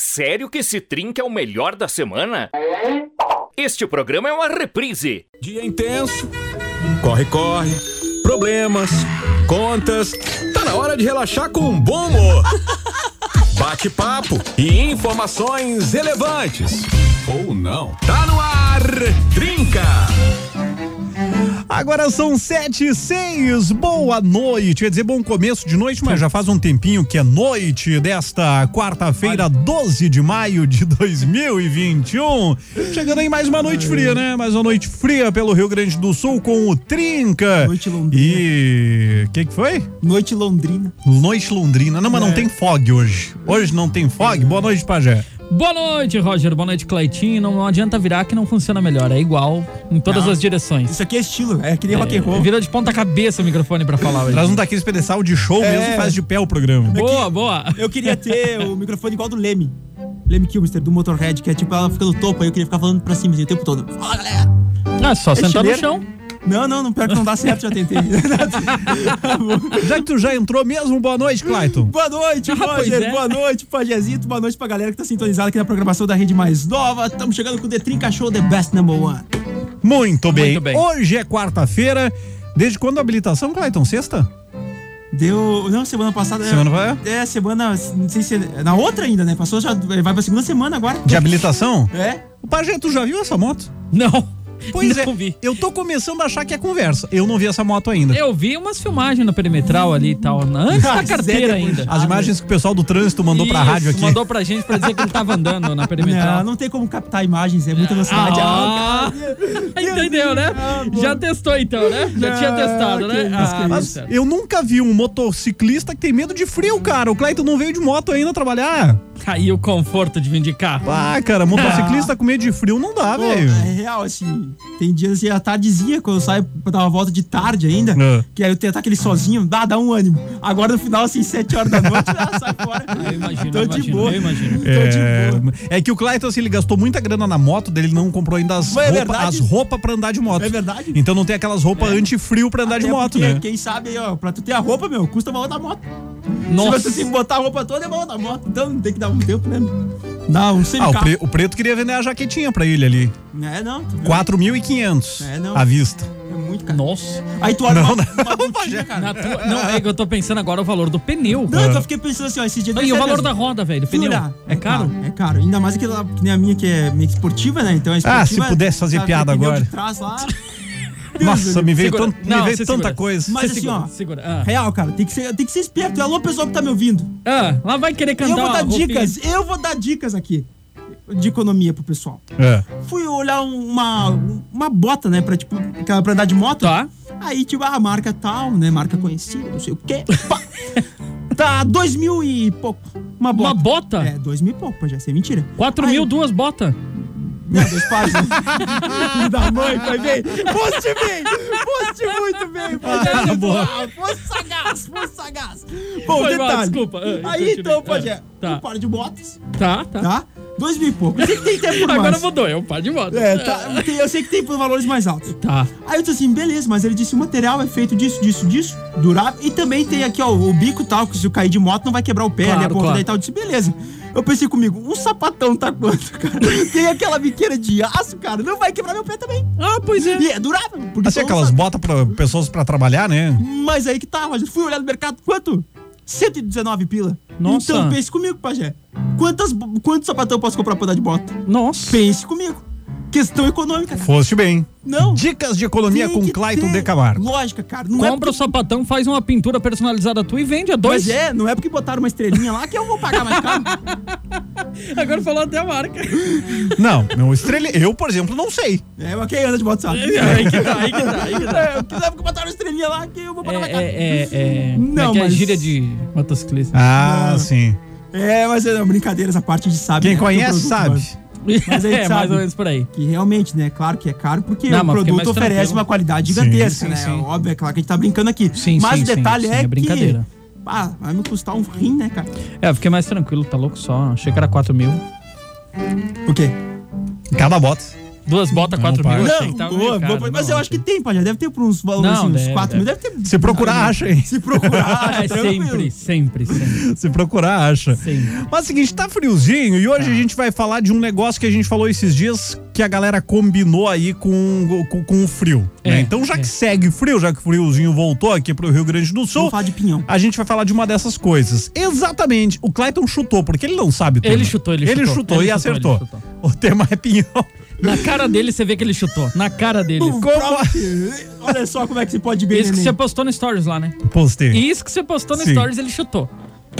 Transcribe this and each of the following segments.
Sério que esse trinca é o melhor da semana? Este programa é uma reprise. Dia intenso, corre, corre, problemas, contas. Tá na hora de relaxar com um bom humor. Bate-papo e informações relevantes. Ou não. Tá no ar, trinca. Agora são sete e seis, boa noite, quer dizer, bom começo de noite, mas já faz um tempinho que é noite desta quarta-feira, 12 de maio de 2021. Chegando aí mais uma noite fria, né? Mais uma noite fria pelo Rio Grande do Sul com o Trinca. Noite Londrina. E... o que que foi? Noite Londrina. Noite Londrina, não, mas É. não tem fog hoje. Hoje não tem fog, boa noite, Pajé. Boa noite, Roger. Boa noite, Claitinho. Não, não adianta virar que não funciona melhor. É igual em todas Não. as direções. Isso aqui é estilo, é que nem rock and roll. É, virou de ponta cabeça o microfone pra falar hoje. Traz um daqueles pedestal de show É. mesmo, faz de pé o programa. Boa, boa. Eu queria ter o microfone igual do Leme. Leme Kilmister, do Motorhead, que é tipo, ela fica no topo, aí eu queria ficar falando pra cima assim, o tempo todo. Fala, galera! Ah, só sentar no É chileiro. chão. Não, não, não, pior que não dá certo, já tentei. Já que tu já entrou mesmo, boa noite, Clayton. boa noite, Ah, pois Roger. é. Boa noite, Pajezito. Boa noite pra galera que tá sintonizada aqui na programação da Rede Mais Nova. Estamos chegando com o The Trinca Show, The Best Number One. Muito bem. Muito bem. Hoje é quarta-feira. Desde quando a habilitação, Clayton? Sexta? Deu. Não, semana passada. Semana vai? É, semana. Não sei se. é Na outra ainda, né? Passou já. Vai pra segunda semana agora. De habilitação? É? O Pajé, tu já viu essa moto? Não. Pois não é. vi. Eu tô começando a achar que é conversa. Eu não vi essa moto ainda. Eu vi umas filmagens no perimetral ali e tal. Antes Ah, da carteira Zé, depois- ainda. As imagens que o pessoal do trânsito mandou pra Isso, rádio aqui. Mandou pra gente pra dizer que ele tava andando na perimetral. Não, não tem como captar imagens, é muita velocidade. Ah, entendeu, né? Já testou então, né? Já tinha Ah, Não, testado, Ah, que né? isso, Ah, que isso. Mas tá. eu nunca vi um motociclista que tem medo de frio, cara. O Clayton não veio de moto ainda trabalhar. Caiu o conforto de vir de carro. Ah, cara, motociclista com medo de frio não dá, Pô, velho. é real, assim. Tem dias assim, a tardezinha, quando eu saio pra dar uma volta de tarde ainda, É. que aí eu tenho tá aquele sozinho, dá, dá um ânimo. Agora no final, assim, 7 horas da noite, ah, sai fora. Eu imagino, Tô eu de imagino, boa. eu imagino. Tô de boa. É que o Clayton, assim, ele gastou muita grana na moto dele, ele não comprou ainda as Mas é roupas verdade. as roupas pra andar de moto. É verdade. É. Então não tem aquelas roupas anti-frio pra andar de Até moto, porque, né? Quem sabe aí, ó, pra tu ter a roupa, meu, custa o valor da moto. Nossa. Se você assim, botar a roupa toda, é valor da moto. Então tem que dar um tempo, né? Dá um Ah, o, semicarro. pre- o preto queria vender a jaquetinha pra ele ali. É, não. tu viu? 4.500 É, não. à vista. É muito caro. Nossa. Aí tu olha Não, uma, não. uma botinha, Na cara. tua- Não, é que eu tô pensando agora o valor do pneu. Não, eu só fiquei pensando assim, ó, esses dias... Não, e o valor da roda, velho? o Pneu. Jura? É caro? É caro. Ainda mais aquela que nem a minha, que é meio que esportiva, né? Então é esportiva. Ah, se pudesse fazer sabe, piada pneu agora. De trás lá. Nossa, me veio, Segura. tanto- me Não, veio você tanta segura. coisa. Mas Você assim, segura, ó. segura. Ah. Real, cara. Tem que, ser, tem que ser esperto. Alô, pessoal que tá me ouvindo. Ah, lá vai querer Eu cantar. vou dar a roupinha. dicas. Eu vou dar dicas aqui. De economia pro pessoal. É. Fui olhar um, uma, uma bota, né? Pra, tipo, aquela pra andar de moto. Tá. Aí, tipo, a marca tal, né? Marca conhecida, não sei o quê. Pá. tá dois mil e pouco. Uma bota. Uma bota? É, dois mil e pouco, já sei, mentira. 4 Aí- mil, duas botas. Meu Deus, paz. Filho da mãe, foi bem. Foste bem. Foste muito bem. Pajé. Ah, boa. Ah, Fosse sagaz, fosse sagaz. Bom, Foi mal, detalhe. desculpa. Ah, Aí continue. então, Pajé, Ah, tá. um par de botas, Tá, tá. tá? Dois mil e pouco. Eu sei que tem tempo por Agora mais. mudou, é um par de bota. É, tá. tem- Eu sei que tem por valores mais altos. Tá. Aí eu disse assim, beleza, mas ele disse o material é feito disso, disso, disso, durável. E também tem aqui, ó, o bico e tal, que se eu cair de moto não vai quebrar o pé, Claro, ali a ponta claro. daí e tal. Eu disse, beleza. Eu pensei comigo, um sapatão tá quanto, cara? tem aquela biqueira de aço, cara, não vai quebrar meu pé também. Ah, pois é. E é durável. Porque Assim, todo aquelas mundo botas pra pessoas pra trabalhar, né? sabe. Mas aí que tá, Roger. Fui olhar no mercado, quanto? 119 pila. Nossa. Então pense comigo, pajé. Quantas, quantos sapatão eu posso comprar pra andar de bota? Nossa. Pense comigo. Questão econômica. cara. Foste bem. Não. Dicas de economia Tem com que Clayton ter de Camargo. Lógica, cara. Não é Compra o sapatão, faz uma pintura personalizada tua e vende a dois. Mas é, não é porque botaram uma estrelinha lá que eu vou pagar mais caro. é. Agora falou até a marca. Não, meu estrela. Eu, por exemplo, não sei. é, mas quem anda de moto sabe. aí que tá, aí que tá, aí que tá. É, não é porque botaram uma estrelinha lá que eu vou É, pagar mais caro. é, é, é. Não, Como é que é mas- gíria de motociclista. Ah, sim. É, mas é brincadeira essa parte de sabe. Quem né, conhece do produto, sabe. mas- Ah, mas a gente é, mais sabe. ou menos por aí. Que realmente, né? Claro que é caro porque Não, o mas fiquei mais produto oferece tranquilo. uma qualidade gigantesca, sim, né? sim. Óbvio, é claro que a gente tá brincando aqui. Sim, mas sim, o detalhe sim, sim, é, é brincadeira. que. Ah, vai me custar um rim, né, cara? É, eu fiquei mais tranquilo, tá louco só. Achei que era 4 mil. O quê? Cada bota. Duas botas, Não, quatro pai. mil. Eu Não, boa, boa, mas eu acho que tá tem, palha. Deve ter por uns valores, Não, assim, uns deve, 4 mil. Deve ter. Se procurar, acha, hein? Se procurar, acha, é tranquilo. sempre, sempre, sempre. Se procurar, acha. Sim. Mas é o seguinte, tá friozinho e hoje a gente vai falar de um negócio que a gente falou esses dias que a galera combinou aí com, com, com o frio. né? É, Então, já é. que segue frio, já que o friozinho voltou aqui pro Rio Grande do Sul, Vamos falar de pinhão. a gente vai falar de uma dessas coisas. Exatamente. O Clayton chutou, porque ele não sabe tudo. Ele chutou, ele chutou. Ele chutou Ele e chutou, acertou. ele chutou. O tema é pinhão. Na cara dele você vê que ele chutou. Na cara dele. Como... Olha só como é que se pode bem. Isso que neném. você postou no Stories lá, né? Postei. Isso que você postou no Sim. Stories, ele chutou.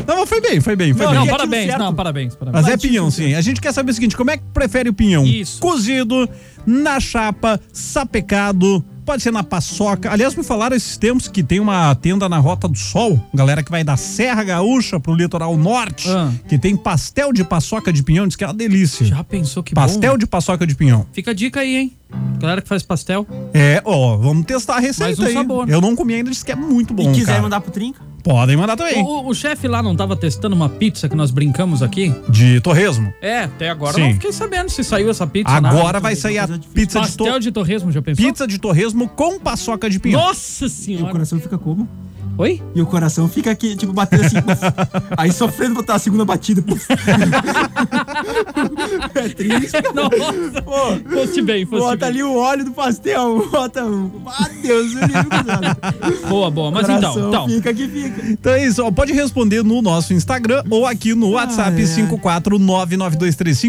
Não, mas foi bem, foi bem, foi Não, bem. não, aquilo parabéns, certo. não, parabéns, parabéns. Mas é Batido, pinhão, sim. A gente quer saber o seguinte: como é que prefere o pinhão? né? Isso. Cozido, na chapa, sapecado, pode ser na paçoca. Aliás, me falaram esses tempos que tem uma tenda na Rota do Sol, galera que vai da Serra Gaúcha pro litoral norte, Ah. que tem pastel de paçoca de pinhão, diz que é uma delícia. Já pensou que pastel bom? né? de paçoca de pinhão. Fica a dica aí, hein? Galera que faz pastel. É, ó, vamos testar a receita Mais um aí. sabor. Eu não comi ainda, diz que é muito bom. E quiser cara. mandar pro Trinca? Podem mandar também. O, o- o chefe lá não tava testando uma pizza que nós brincamos aqui? De torresmo. É, até agora Sim. não fiquei sabendo se saiu essa pizza. Agora nada. vai sair a coisa difícil. pizza de, Pastel to... de torresmo, já pensou? pizza de torresmo com paçoca de pinhão. Nossa E o senhora! coração fica como? Oi? E o coração fica aqui, tipo, batendo assim. puf. aí sofrendo botar a segunda batida. puf. é triste. Nossa! Pô, Foste bem, foste bota bem. ali o óleo do pastel. Bota. Ah, Deus, do livro, cuidado. Boa, boa. Mas então, Coração então. Fica que fica. Então é isso, ó, pode responder no nosso Instagram ou aqui no WhatsApp ai.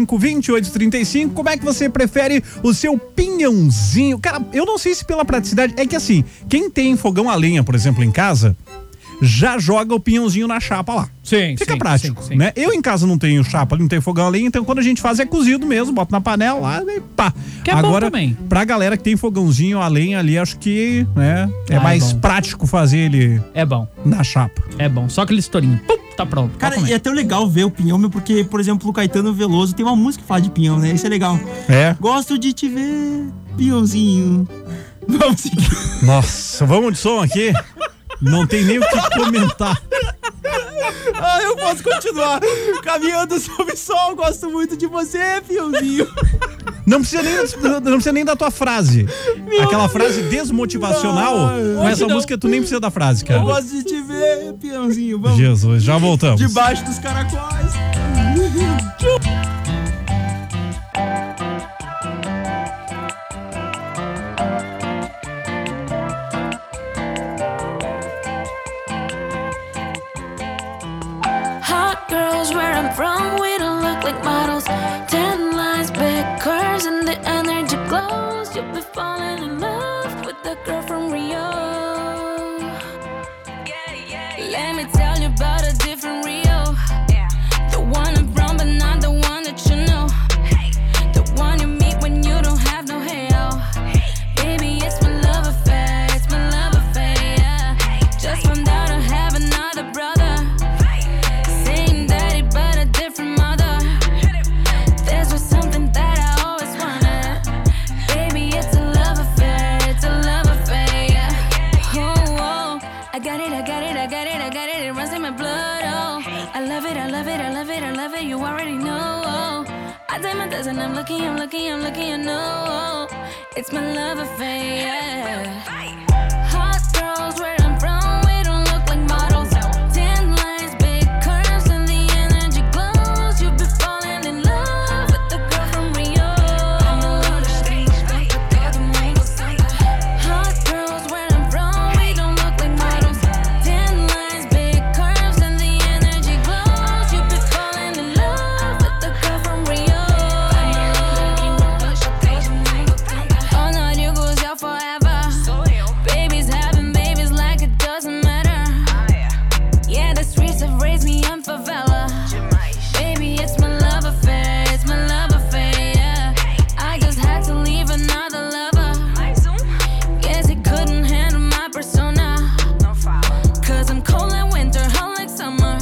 54992352835. Como é que você prefere o seu pinhãozinho? Cara, eu não sei se pela praticidade, é que assim, quem tem fogão a lenha, por exemplo, em casa, já joga o pinhãozinho na chapa lá. Sim, Fica sim, prático, sim, sim. né? Eu em casa não tenho chapa, não tenho fogão a lenha, então quando a gente faz é cozido mesmo, bota na panela lá e pá. Que é bom Agora, também. pra galera que tem fogãozinho a lenha ali, acho que, né, é Ah, é mais bom. prático fazer ele É bom, na chapa. é bom. Só aquele estourinho. Pum, tá pronto. Cara, Pode e comer. é tão legal ver o pinhão, meu, porque, por exemplo, o Caetano Veloso tem uma música que fala de pinhão, né? Isso é legal. É. Gosto de te ver, pinhãozinho. Vamos seguir. Nossa, vamos de som aqui? Não tem nem o que comentar. Ah, eu posso continuar. Caminhando sob sol, gosto muito de você, pinhãozinho. Não precisa nem, não precisa nem da tua frase. Aquela frase desmotivacional. Com Hoje essa não. música, tu nem precisa da frase, Eu cara. gosto de te ver, pinhãozinho. Vamos. Jesus, já voltamos. Debaixo dos caracóis. Hot girls where I'm from, we don't look like models. Ten lines, big curves, and the energy glows. You'll be falling in love with the girl from Rio. Let me tell you about a different Rio. The one I'm from, but not the one that you know. The one you meet when you don't have no halo. Baby, it's my love affair, it's my love affair. Yeah. Just found out I have another brother. Same daddy, but a different mother. This was something that I always wanted. Baby, it's a love affair. It's a love affair. Yeah. Oh, oh. I got it, I got it, I got it, I got it. It runs in my blood. Oh, I love it, I love it, I love it, I love it. You already know. Oh, I did my best and I'm looking, I'm looking, I'm looking. I know. oh. It's my love affair. Yeah. Hot girls where I'm from, we don't look like models. Ten lines, big curves, and the energy glows. You'll be falling in love with the girl from Rio. Hot girls where I'm from, we don't look like models. Ten lines, big curves, and the energy glows. You'll be falling in love with the girl from Rio. All night Oh, you goes out forever. Babies having babies like it doesn't matter. Yeah, the streets have raised me on favela. Baby, it's my love affair, it's my love affair. Yeah. I just had to leave another lover. Guess he couldn't handle my persona. Cause I'm cold like winter, hot like summer.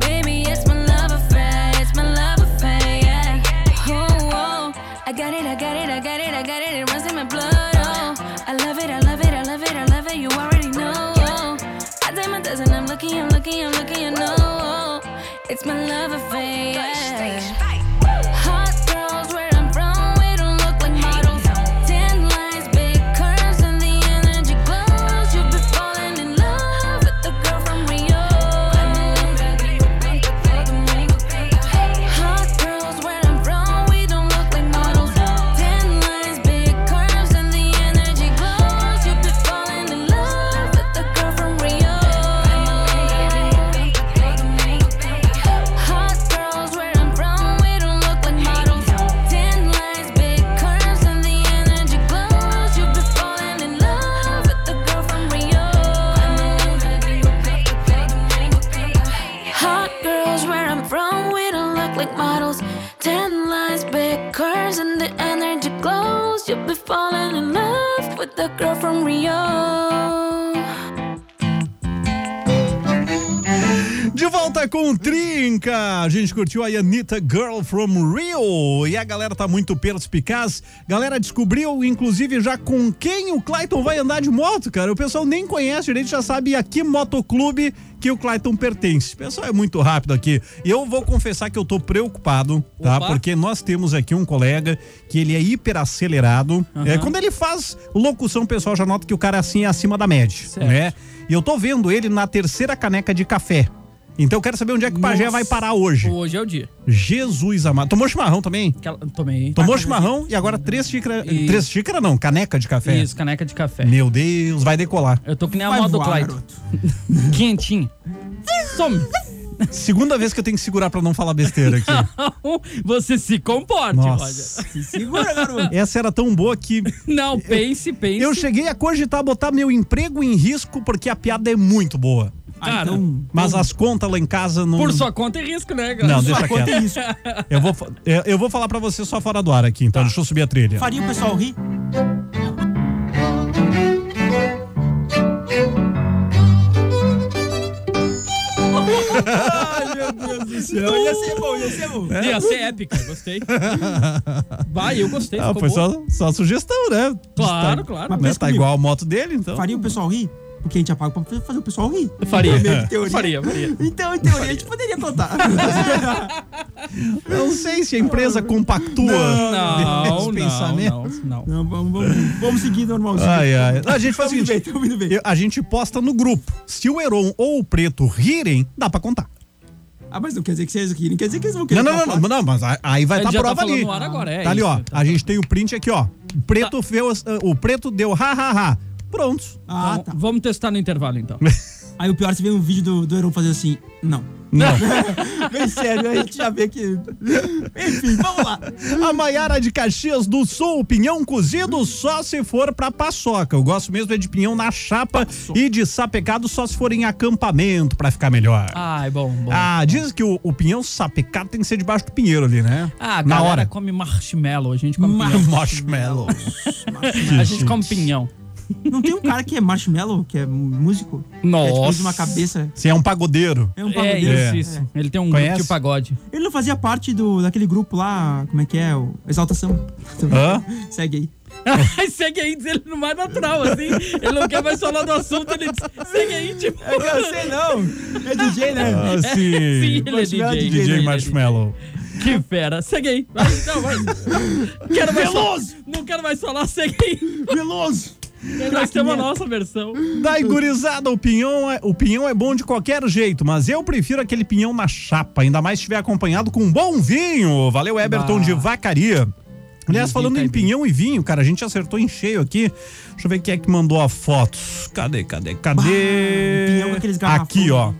Baby, it's my love affair, it's my love affair. Yeah. Oh, oh. I got it, I got it, I got it, I got it. It runs in my blood. Oh, I love it, I love it, I love it, I love it. You already know. oh. I did my best and I'm looking, I'm looking, I'm looking. You know, oh. it's my love affair. Yeah. Hot girls where I'm from, we don't look like models. models, ten lines, big curves, and the energy glows. You'll be falling in love with the girl from Rio. De volta com o Trinca. A gente curtiu a Anitta Girl from Rio. E a galera tá muito perspicaz. Galera descobriu, inclusive, já com quem o Clayton vai andar de moto, cara. O pessoal nem conhece, a gente já sabe a que motoclube que o Clayton pertence. O pessoal é muito rápido aqui. Eu vou confessar que eu tô preocupado, tá? Opa. Porque nós temos aqui um colega que ele é hiperacelerado. É, quando ele faz locução, o pessoal já nota que o cara assim é acima da média, Certo. né? E eu tô vendo ele na terceira caneca de café. Então eu quero saber onde é que o Pajé Nossa. vai parar hoje. Hoje é o dia. Jesus amado. Tomou chimarrão também? Aquela- Tomei. Tomou chimarrão e agora três xícaras. Ah, Isso. Três xícaras não, caneca de café. Isso, caneca de café. Meu Deus, vai decolar. Eu tô que nem a Vai moda do voar, Clyde. garoto. Quentinho. Some. Segunda vez que eu tenho que segurar pra não falar besteira aqui. Você se comporte, Nossa. Roger. Se segura, garoto. Essa era tão boa que Não, pense, pense. eu cheguei a cogitar botar meu emprego em risco porque a piada é muito boa. Ah, Cara, então, Mas as contas lá em casa não. Por sua conta e risco, né, cara? Não, sua deixa conta é quieto. isso. Eu vou, fa- eu- eu vou falar pra você só fora do ar aqui, então. Tá. Deixa eu subir a trilha. Faria o pessoal rir. Ai, meu Deus do céu. Ia ser bom, ia ser bom. Ia ser épica, gostei. Vai, eu gostei. Ah, ficou foi boa. só, só sugestão, né? Claro, Tá- claro. Mas Mas tá comigo. igual a moto dele, então. Faria o pessoal rir? Porque a gente apaga pra fazer o pessoal rir. Faria. É. Meio teoria. Faria, faria. Então, em teoria, a gente poderia contar. Eu não sei se a empresa compactua Não, esse não, pensamento. não, não. Não, vamos, vamos, vamos seguir normalzinho. Ai, ai. A gente faz o Tamo indo bem, seguinte: tamo indo bem. eu- a gente posta no grupo. Se o Heron ou o Preto rirem, dá pra contar. Ah, mas não quer dizer que vocês aqui, não quer dizer que eles vão querer Não, não, não, falar. não, não, mas a- aí vai Ele estar tá já a tá prova falando ali. no ar agora, é tá ali, isso, ó. tá. a gente tem o print aqui, ó. O Preto fez, eh, o Preto deu ha ha ha. Prontos. Ah, tá. Então, Vamos testar no intervalo, então. Aí o pior, você vê um vídeo do, do Heron fazer assim, não. Não. Bem sério, a gente já vê que... Enfim, vamos lá. A Maiara de Caxias do Sul, pinhão cozido só se for pra paçoca. Eu gosto mesmo é de pinhão na chapa e de sapecado só se for em acampamento pra ficar melhor. Ah, Ai, bom, bom. diz que o, o pinhão sapecado tem que ser debaixo do pinheiro ali, né? Ah, a na galera hora. come marshmallow, a gente come pinhão. Marshmallow. A gente come pinhão. Não tem um cara que é marshmallow, que é músico? Que é, tipo, usa Nossa. uma cabeça. Você é um pagodeiro. É um É, pagodeiro. isso, É. isso. Ele tem um Conhece? grupo de pagode. Ele não fazia parte do, daquele grupo lá, como é que é? O Exaltação. Hã? Segue aí. Aí segue aí, diz ele no mais natural, assim. Ele não quer mais falar do assunto, ele diz, segue aí, tipo... Eu sei não. É DJ, né? Ah, sim. Sim, ele é Marshmallow, DJ. DJ ele DJ é Marshmallow. Que fera. Segue aí. Vai, então, vai. Quero mais Veloso! Não quero mais falar, segue aí. Veloso. Nós temos a nossa versão. Daí, gurizada, Tá o pinhão, é, o pinhão é bom de qualquer jeito, mas eu prefiro aquele pinhão na chapa, ainda mais se estiver acompanhado com um bom vinho. Valeu, Everton Bah. de Vacaria. Aliás, falando em cai bem. pinhão e vinho, cara, a gente acertou em cheio aqui. Deixa eu ver quem é que mandou a foto. Cadê, cadê, cadê? Bah, um pinhão com aqueles garrafões. aqui, ó.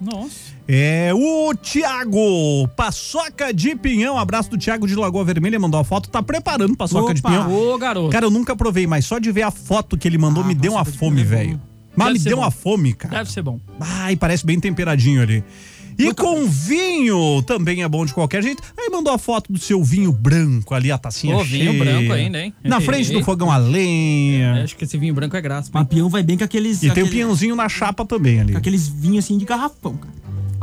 Nossa. É o Tiago, paçoca de pinhão. Abraço do Tiago de Lagoa Vermelha, mandou a foto. Tá preparando paçoca de Opa. pinhão. Ô, garoto. Cara, eu nunca provei, mas só de ver a foto que ele mandou Ah, me deu uma paçoca de fome, pinhão é velho. bom. Mas um- Deve me ser deu bom. uma fome, cara. Deve ser bom. Ai, parece bem temperadinho ali. E com vinho também é bom de qualquer jeito. Aí mandou a foto do seu vinho branco ali, a tacinha Ô, cheia. vinho branco ainda, hein? Na Ei, frente ei. do fogão a lenha. Acho que esse vinho branco é graça. Mas peão vai bem com aqueles... e tem o aquele- pinhãozinho na chapa também ali. com aqueles vinhos assim de garrafão, cara.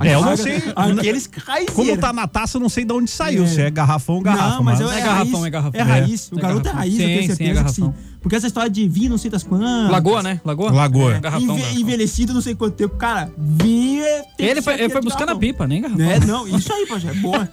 É, eu não Aquela- sei. Aqueles raizeiros. Como tá na taça, eu não sei de onde saiu, É. se é garrafão ou garrafa. não, mas, mas eu- É é, garrafão, raiz, é garrafão. É raiz. É. O garoto é Garrafão. raiz, eu Sim, tenho sim, é certeza que sim. garrafão. Porque essa história de vinho, não sei das quantas. Lagoa, né? Lagoa? Lagoa. É, garrafão, Enve- garrafão. envelhecido não sei quanto tempo. Cara, vinho é... tem que Ele ser foi, ele aquele foi buscar na garrafão. pipa, nem garrafão. É, não, isso aí, Pajé. Boa.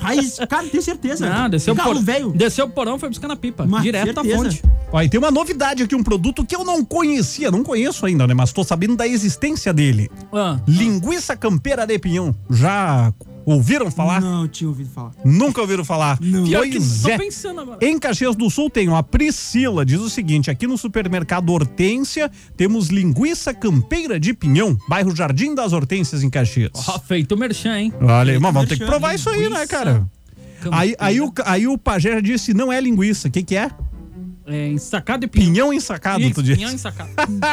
Raiz, cara, tenho certeza. Não, desceu o Galo porão. velho. Desceu o porão foi buscar na pipa. Mas direto da certeza. fonte. Ó, e tem uma novidade aqui, um produto que eu não conhecia, não conheço ainda, né? Mas tô sabendo da existência dele. Ah, Linguiça campeira de pinhão. Já ouviram falar? Não, tinha ouvido falar. Nunca ouviram falar. Não. pior que Pois tô é. pensando agora. Em Caxias do Sul tem, ó, a Priscila diz o seguinte, aqui no supermercado Hortência temos linguiça campeira de pinhão, bairro Jardim das Hortências em Caxias. Ó, feito o merchan, hein? Olha aí, mas vamos ter que merchan, provar isso aí, né, linguiça cara? Aí, aí, o, aí o pajé já disse, não é linguiça, o que que é? É É, ensacado e pinhão. Pinhão ensacado, Isso, tu disse. Pinhão ensacado.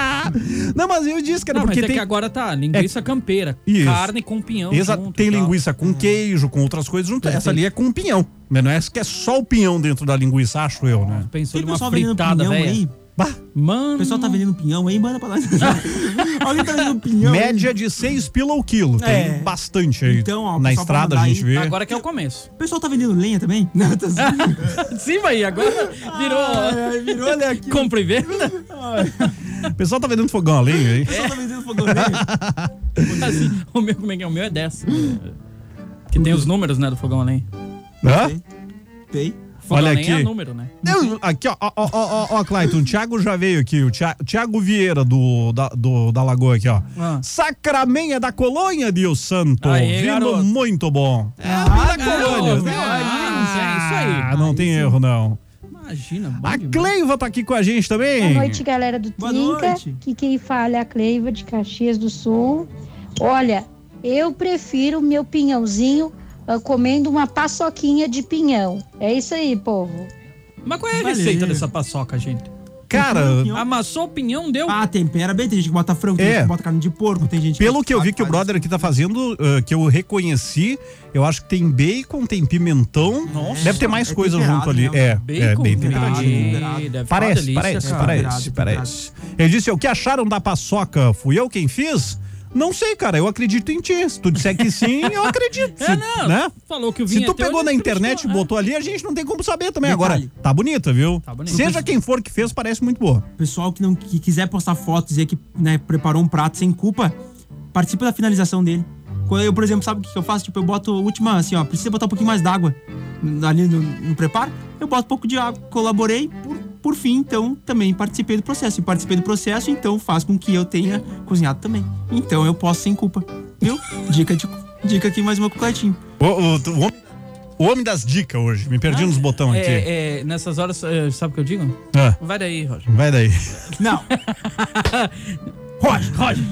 Não, mas eu disse que era Não, mas porque é tem. É. que agora tá linguiça campeira. Isso. Carne com pinhão. Exa- junto tem e tal. linguiça com queijo, com outras coisas junto. Essa ali é com pinhão. Mas não é que é só o pinhão dentro da linguiça, acho eu, né? Pensou Tem numa pessoal vendendo fritada, pinhão velho. aí? Bah, Mano. O pessoal tá vendendo pinhão aí? Manda pra nós. Alguém tá vendendo pinhão aí? média de 6 pila o quilo. Tem É. bastante aí. Então, ó, o Na pessoal vai estrada a mandar gente aí. vê. Agora que é o começo. O pessoal tá vendendo lenha também? Não, tá zoando. Sim, vai, agora virou Ai, ai, É, virou olha aqui. compra e venda. O pessoal tá vendendo fogão a lenha aí. O pessoal tá vendendo fogão Assim, o meu, como é que é? O meu é 10. Que tem os números, né, do fogão além. Hã? Tem. Fogão Olha além aqui. é número, né? Eu- aqui, ó, ó, ó, ó, ó, ó, Clayton, o Thiago já veio aqui, o Thi- Thiago Vieira do, da, do- da Lagoa aqui, ó. Ah. Sacramenha da Colônia, Dio Santo. Aê, Vino garoto. muito bom. É, Ah, da Colônia. garoto. Ah, é isso aí. Ah, não tem erro, não. Imagina, bom A demais. Cleiva tá aqui com a gente também. Boa noite, galera do Boa Trinca. noite. Que quem fala é a Cleiva de Caxias do Sul. Olha, eu prefiro meu pinhãozinho ah, comendo uma paçoquinha de pinhão. É isso aí, povo. Mas qual é a Valeu. receita dessa paçoca, gente? Cara, Amassou o pinhão, deu. Ah, tempera bem. Tem gente que bota frango, tem É. gente que bota carne de porco, tem gente pelo que eu vi que o brother aqui tá fazendo, ah, que eu reconheci, eu acho que tem bacon, tem pimentão. Nossa. Deve ter mais É coisa temperado, junto ali. né? É, é Bacon, bem temperado. temperadinho. Ih, deve ficar uma Parece, delícia, parece, cara. parece, Temperado, parece. Ele disse: O que acharam da paçoca? Fui eu quem fiz? Não sei, cara, eu acredito em ti. Se tu disser que sim, eu acredito. É, Se- não. né? Falou que o vinho Se é tu teu, pegou ele na internet e acreditou, é. botou ali, a gente não tem como saber também. Detalhe. Agora, tá bonita, viu? Tá bonita. Seja quem for que fez, parece muito boa. O pessoal que, não, que quiser postar foto, dizer que né, preparou um prato sem culpa, participa da finalização dele. Quando eu, por exemplo, sabe o que que eu faço? Tipo, eu boto a última, assim, ó, precisa botar um pouquinho mais d'água ali no, no preparo, eu boto um pouco de água, colaborei, por, por fim, então, também participei do processo. E participei do processo, então faz com que eu tenha cozinhado também. Então eu posso sem culpa, viu? Dica, de, dica aqui, mais uma com o Cleitinho. O, o- o homem, o homem das dicas hoje. Me perdi nos botões aqui. Ah, É, é, nessas horas, é, sabe o que eu digo? Ah, Vai daí, Roger. vai daí. Não, Roger, Roger.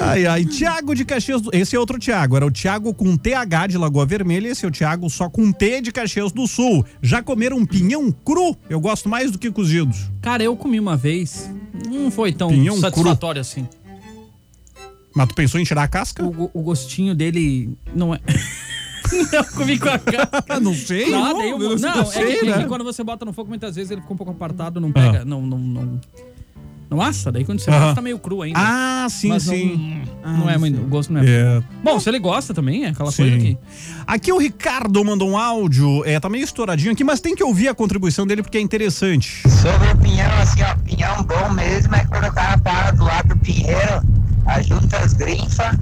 Ai, ai. Tiago de Caxias do... Esse é outro Tiago. Era o Tiago com TH de Lagoa Vermelha. Esse é o Tiago só com T de Caxias do Sul. Já comeram um pinhão cru? Eu gosto mais do que cozidos. Cara, eu comi uma vez. Não foi tão Pinhão satisfatório assim. Mas tu pensou em tirar a casca? O, go- o gostinho dele não é. eu comi com a cara. Ah, não sei. Nada, eu, não, é, que- é que, né? Ah. quando você bota no fogo, muitas vezes ele fica um pouco apartado, não pega. Não, não, não. Não assa, daí quando você Aham. assa, tá meio cru ainda. Ah, sim, Mas sim. Não, não é Ah, muito. O gosto não é. É, Bom, se ele gosta também, é aquela Sim. coisa que. Aqui o Ricardo mandou um áudio, é, tá meio estouradinho aqui, mas tem que ouvir a contribuição dele porque é interessante. Sobre o pinhão, assim, ó, pinhão bom mesmo é quando o cara para do lado do pinheiro, ajunta as grinfas,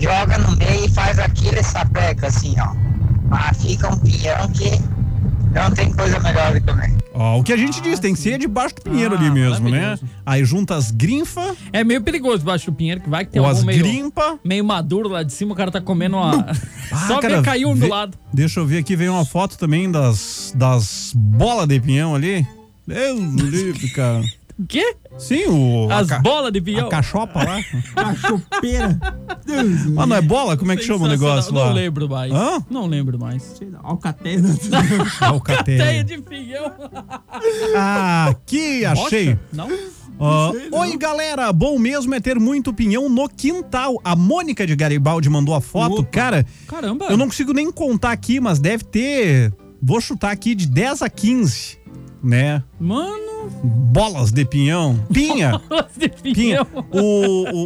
joga no meio e faz aquele sapeca, assim, ó. Mas fica um pinhão que não tem coisa melhor do que comer. Ó, o que a gente diz, tem que ser debaixo do pinheiro Ah, ali mesmo, né? maravilhoso. Aí junta as grinfa É meio perigoso baixo do pinheiro, que vai que tem ou as algum meio. grimpa. Ah, Meio maduro lá de cima, o cara tá comendo uma. Só cara, que caiu um do vê- lado. Deixa eu ver aqui, veio uma foto também das, das bolas de pinhão ali. Deus do livre, cara. O quê? Sim, o. a As ca- bolas de pinhão. A cachopa lá. a chopeira. Deus, Ah, não é bola? Como é que chama o negócio Sensacional. lá? Não lembro mais. Hã? Não lembro mais. sei lá, alcatéia. né? Teia Alcateia. de pinhão. É Ah, aqui, achei. Rocha? Não? Ó, Oi, galera! Bom mesmo é ter muito pinhão no quintal. A Mônica de Garibaldi mandou a foto. Opa. Cara, Caramba. eu não consigo nem contar aqui, mas deve ter. Vou chutar aqui de 10 a 15, né? Mano, Bolas de pinhão. Pinha! bolas de Pinha. pinhão. O,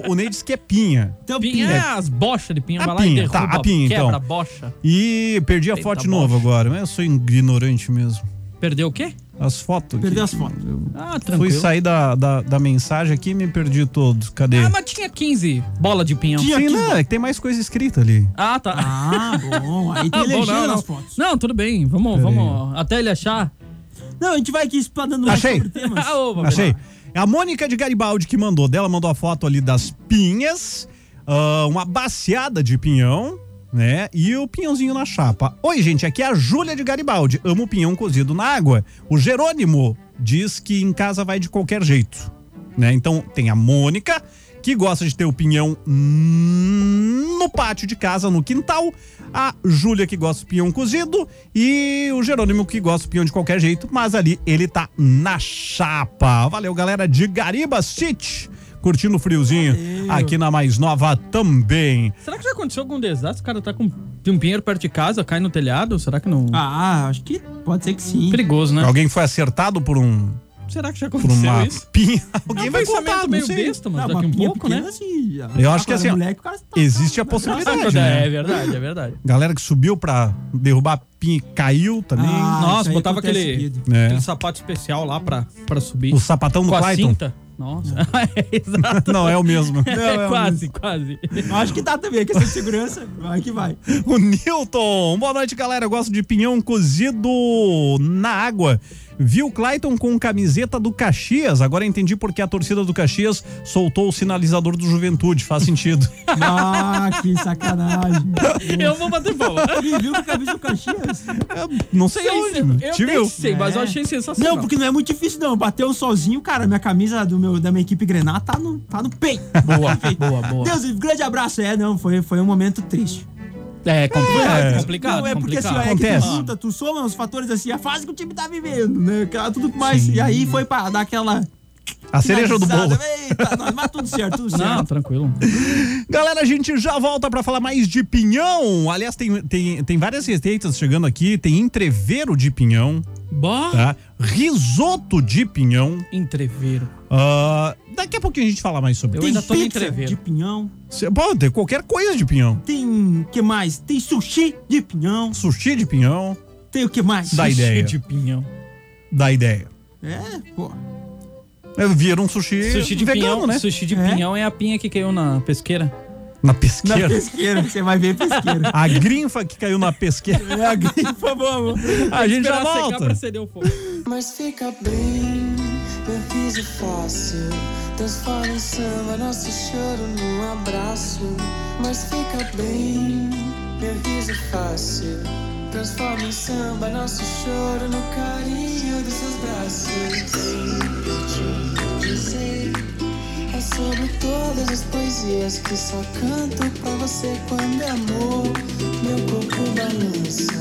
o, o Ney disse que é pinha. Então, Pinha é as bochas de pinhão. A Vai lá pinha, e derruba, tá, a pinha, quebra então. a bocha. E perdi a Eita, foto de novo bosta. agora, mas eu sou ignorante mesmo. Perdeu o quê? As fotos. aqui. Perdeu as fotos. Ah, Fui tranquilo. sair da, da, da mensagem aqui e me perdi todo. Cadê? Ah, mas tinha 15 bola de pinhão. Tinha Sim, aqui, né? não, é que tem mais coisa escrita ali. Ah, tá. Ah, bom. Aí tem Ah, bom, legenda não, nas não. fotos. Não, tudo bem. Vamos, Pera vamos. Até ele achar. Não, a gente vai aqui explanando mais Achei. sobre temas. Ah, ô, vamos Achei. lá. É a Mônica de Garibaldi que mandou. Dela mandou a foto ali das pinhas, ah, uma baciada de pinhão, né? E o pinhãozinho na chapa. Oi, gente, aqui é a Júlia de Garibaldi. Amo pinhão cozido na água. O Jerônimo diz que em casa vai de qualquer jeito, né? Então tem a Mônica que gosta de ter o pinhão no pátio de casa, no quintal, a Júlia que gosta do pinhão cozido e o Jerônimo que gosta do pinhão de qualquer jeito, mas ali ele tá na chapa. Valeu, galera de Gariba City, curtindo o friozinho aqui na mais nova também. Será que já aconteceu algum desastre? O cara tá com tem um pinheiro perto de casa, cai no telhado? Será que não. Ah, acho que pode ser que sim. Perigoso, né? Alguém foi acertado por um Será que já por aconteceu uma isso? pinha? É Alguém um vai pensamento contar, não meio sei. Ah, besta, mas Não, daqui uma um pinha pouco, né? pequena, assim, já- Eu acho Ah, que assim, ó, moleque, o cara tá- Existe a tá- possibilidade, É né? verdade, é verdade. Galera que subiu pra derrubar a pinha e caiu também. Ah, isso Nossa, aí botava acontece aquele, seguido. É. aquele sapato especial lá pra, pra subir. O sapatão do com a Clayton. cinta. Nossa. é, exato. Não, é o mesmo. É, quase, quase. Eu Acho que dá também, questão de segurança. Vai que vai. O Newton. Boa noite, galera. Eu gosto de pinhão cozido na água. Vi o Clayton com camiseta do Caxias. Agora entendi porque a torcida do Caxias soltou o sinalizador do Juventude. Faz sentido. Ah, que sacanagem. Eu vou bater bola. Ele viu com a camisa do Caxias? Não sei, onde. eu Te nem viu? sei, mas eu É. achei sensacional. Não, porque não é muito difícil, não. Bateu um sozinho, cara. Minha camisa do meu, da minha equipe Grená tá no, tá no peito. Boa, boa, boa. Deus, um grande abraço. É, não, foi, foi um momento triste. É, compli- É. é complicado. não, é porque assim, complicado. ó, é que Acontece. tu junta, tu soma os fatores assim, a fase que o time tá vivendo, né? Aquela Tudo mais. E aí foi pra dar aquela. A cereja do bolo. finalizada. Eita, nós, mas tudo certo, tudo Ah, Não, certo. tranquilo. né? Galera, a gente já volta pra falar mais de pinhão. Aliás, tem, tem, tem várias receitas chegando aqui. Tem entreveiro de pinhão, Bah, tá? Risoto de pinhão. entreveiro. Ah, daqui a pouquinho a gente fala mais sobre Eu isso. ainda tô me pizza entrevendo. de pinhão. Cê- Pode ter qualquer coisa de pinhão. Tem. que mais? Tem sushi de pinhão. Sushi de pinhão, Tem o que mais? Dá Sushi ideia. de pinhão. dá ideia. É, pô. É, Vira um sushi, Sushi de vegano, pinhão, né? Sushi de É. pinhão é a pinha que caiu na pesqueira. Na Na pesqueira. pesqueira, você vai ver pesqueira. A grinfa que caiu na pesqueira. É a grifa, vamos. A gente já Esperar secar volta. pra acender o fogo. Mas fica bem, meu riso é fácil. Transforma em samba nosso choro num abraço. Mas fica bem, meu riso é fácil. Transforma em samba nosso choro no carinho dos seus braços. Tenho de dizer é sobre todas as poesias que só canto pra você quando é amor. Meu corpo balança.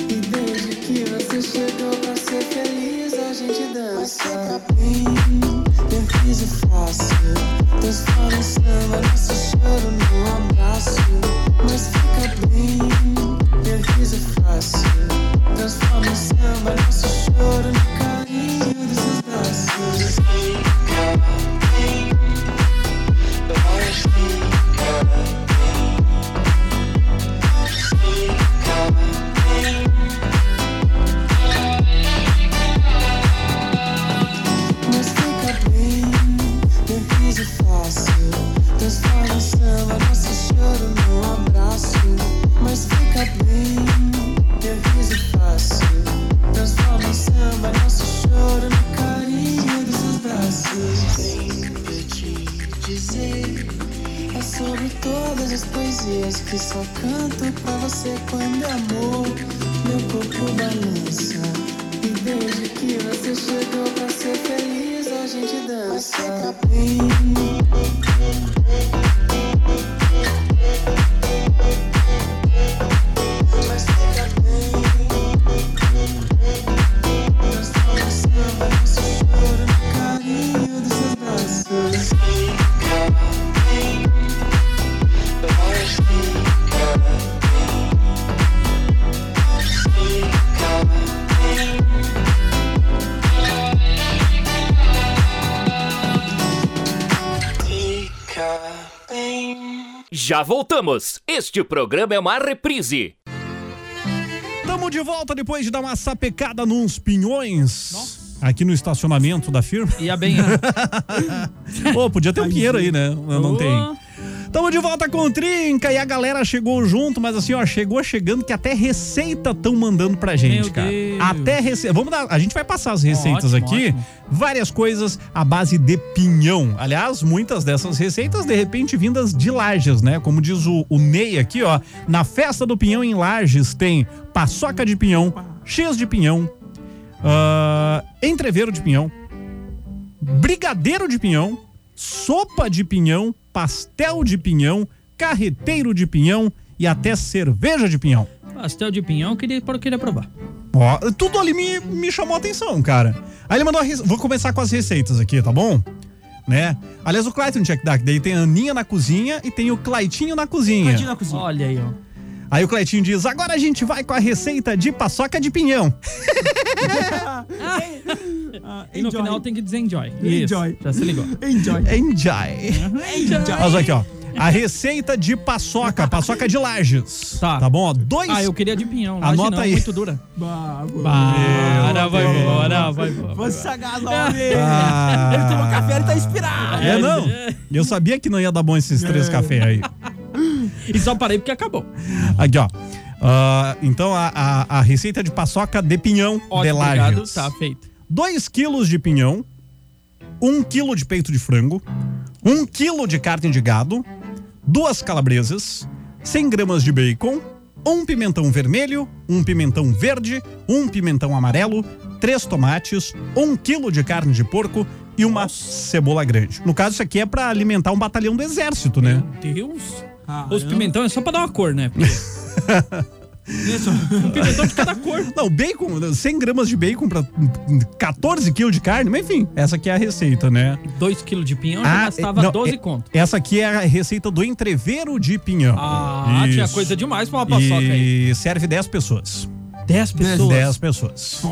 E desde que você chegou pra ser feliz, a gente dança. Mas fica bem, eu riso fácil. Transforma em samba nosso choro num abraço. Mas fica bem, eu riso fácil. Transforma em samba nosso choro no carinho dos seus braços. Mas fica bem, meu riso fácil. Transforma em samba nosso choro num abraço. Mas fica bem, meu riso fácil. Transforma em samba nosso choro no carinho dos seus braços. Sempre te dizer. É sobre todas as poesias que só canto pra você quando é amor. Meu corpo balança. E desde que você chegou pra ser feliz, a gente dança. tá Bem, mas fica bem. Nós vamos samba, nosso choro no carinho dos seus braços. Fica bem. Já voltamos. Este programa é uma reprise. Tamo de volta depois de dar uma sapecada nos pinhões. Aqui no estacionamento da firma. Ia bem. Ô, podia ter um pinheiro aí, né? Não, não Ô. tem. Tamo de volta com o Trinca e a galera chegou junto, mas assim, ó, chegou chegando que até receita tão mandando pra gente, Meu cara. Deus. Até receita. Vamos dar, a gente vai passar as receitas Ótimo, aqui. ótimo. Várias coisas à base de pinhão. Aliás, muitas dessas receitas de repente vindas de Lages, né? Como diz o, o Ney aqui, ó, na festa do pinhão em Lages tem paçoca de pinhão, X de pinhão, ah, entreveiro de pinhão, brigadeiro de pinhão, sopa de pinhão pastel de pinhão, carreteiro de pinhão e até cerveja de pinhão. Pastel de pinhão, eu queria, eu queria provar. Ó, tudo ali me, me chamou a atenção, cara. Aí ele mandou. a rece- Vou começar com as receitas aqui, tá bom? Né? Aliás, o Clayton tinha que dar, que daí tem a Aninha na cozinha e tem o Claitinho na cozinha. Cadinho na cozinha. Olha aí, ó. Aí o Cleitinho diz: agora a gente vai com a receita de paçoca de pinhão. Ah, E no enjoy. final tem que dizer enjoy. Isso, Enjoy. Já se ligou. Enjoy. Enjoy. Enjoy. Olha aqui, ó. A receita de paçoca, paçoca de lajes. Tá. Tá bom? ó. Dois. Ah, eu queria de pinhão. Laje Anota não, aí. Muito dura. Bah, boa. Bora, vai embora, vai embora. Você sagaz, É. homem. Ah. né? Ele tomou café, ele tá inspirado. É. É, não. Eu sabia que não ia dar bom esses três cafés aí. E só parei porque acabou. Aqui, ó. Ah, então, a, a- a receita de paçoca de pinhão de Ótimo, obrigado. lajes. Tá feito. 2 quilos de pinhão, 1 um quilo de peito de frango, 1 um quilo de carne de gado, duas calabresas, 100 gramas de bacon, um pimentão vermelho, um pimentão verde, um pimentão amarelo, três tomates, um quilo de carne de porco e uma cebola grande. No caso, isso aqui é pra alimentar um batalhão do exército, né? Meu Deus. Caramba. Os pimentão é só pra dar uma cor, né? Porque Isso. um pimentão de cada cor. Não, bacon, 100 gramas de bacon pra 14 quilos de carne, mas enfim, essa aqui é a receita, né? 2 kg de pinhão já Ah, gastava é- não, 12 é- conto. Essa aqui é a receita do entreveiro de pinhão. Ah, tinha Isso. coisa demais pra uma paçoca aí. E serve 10 pessoas. 10 pessoas. 10 pessoas.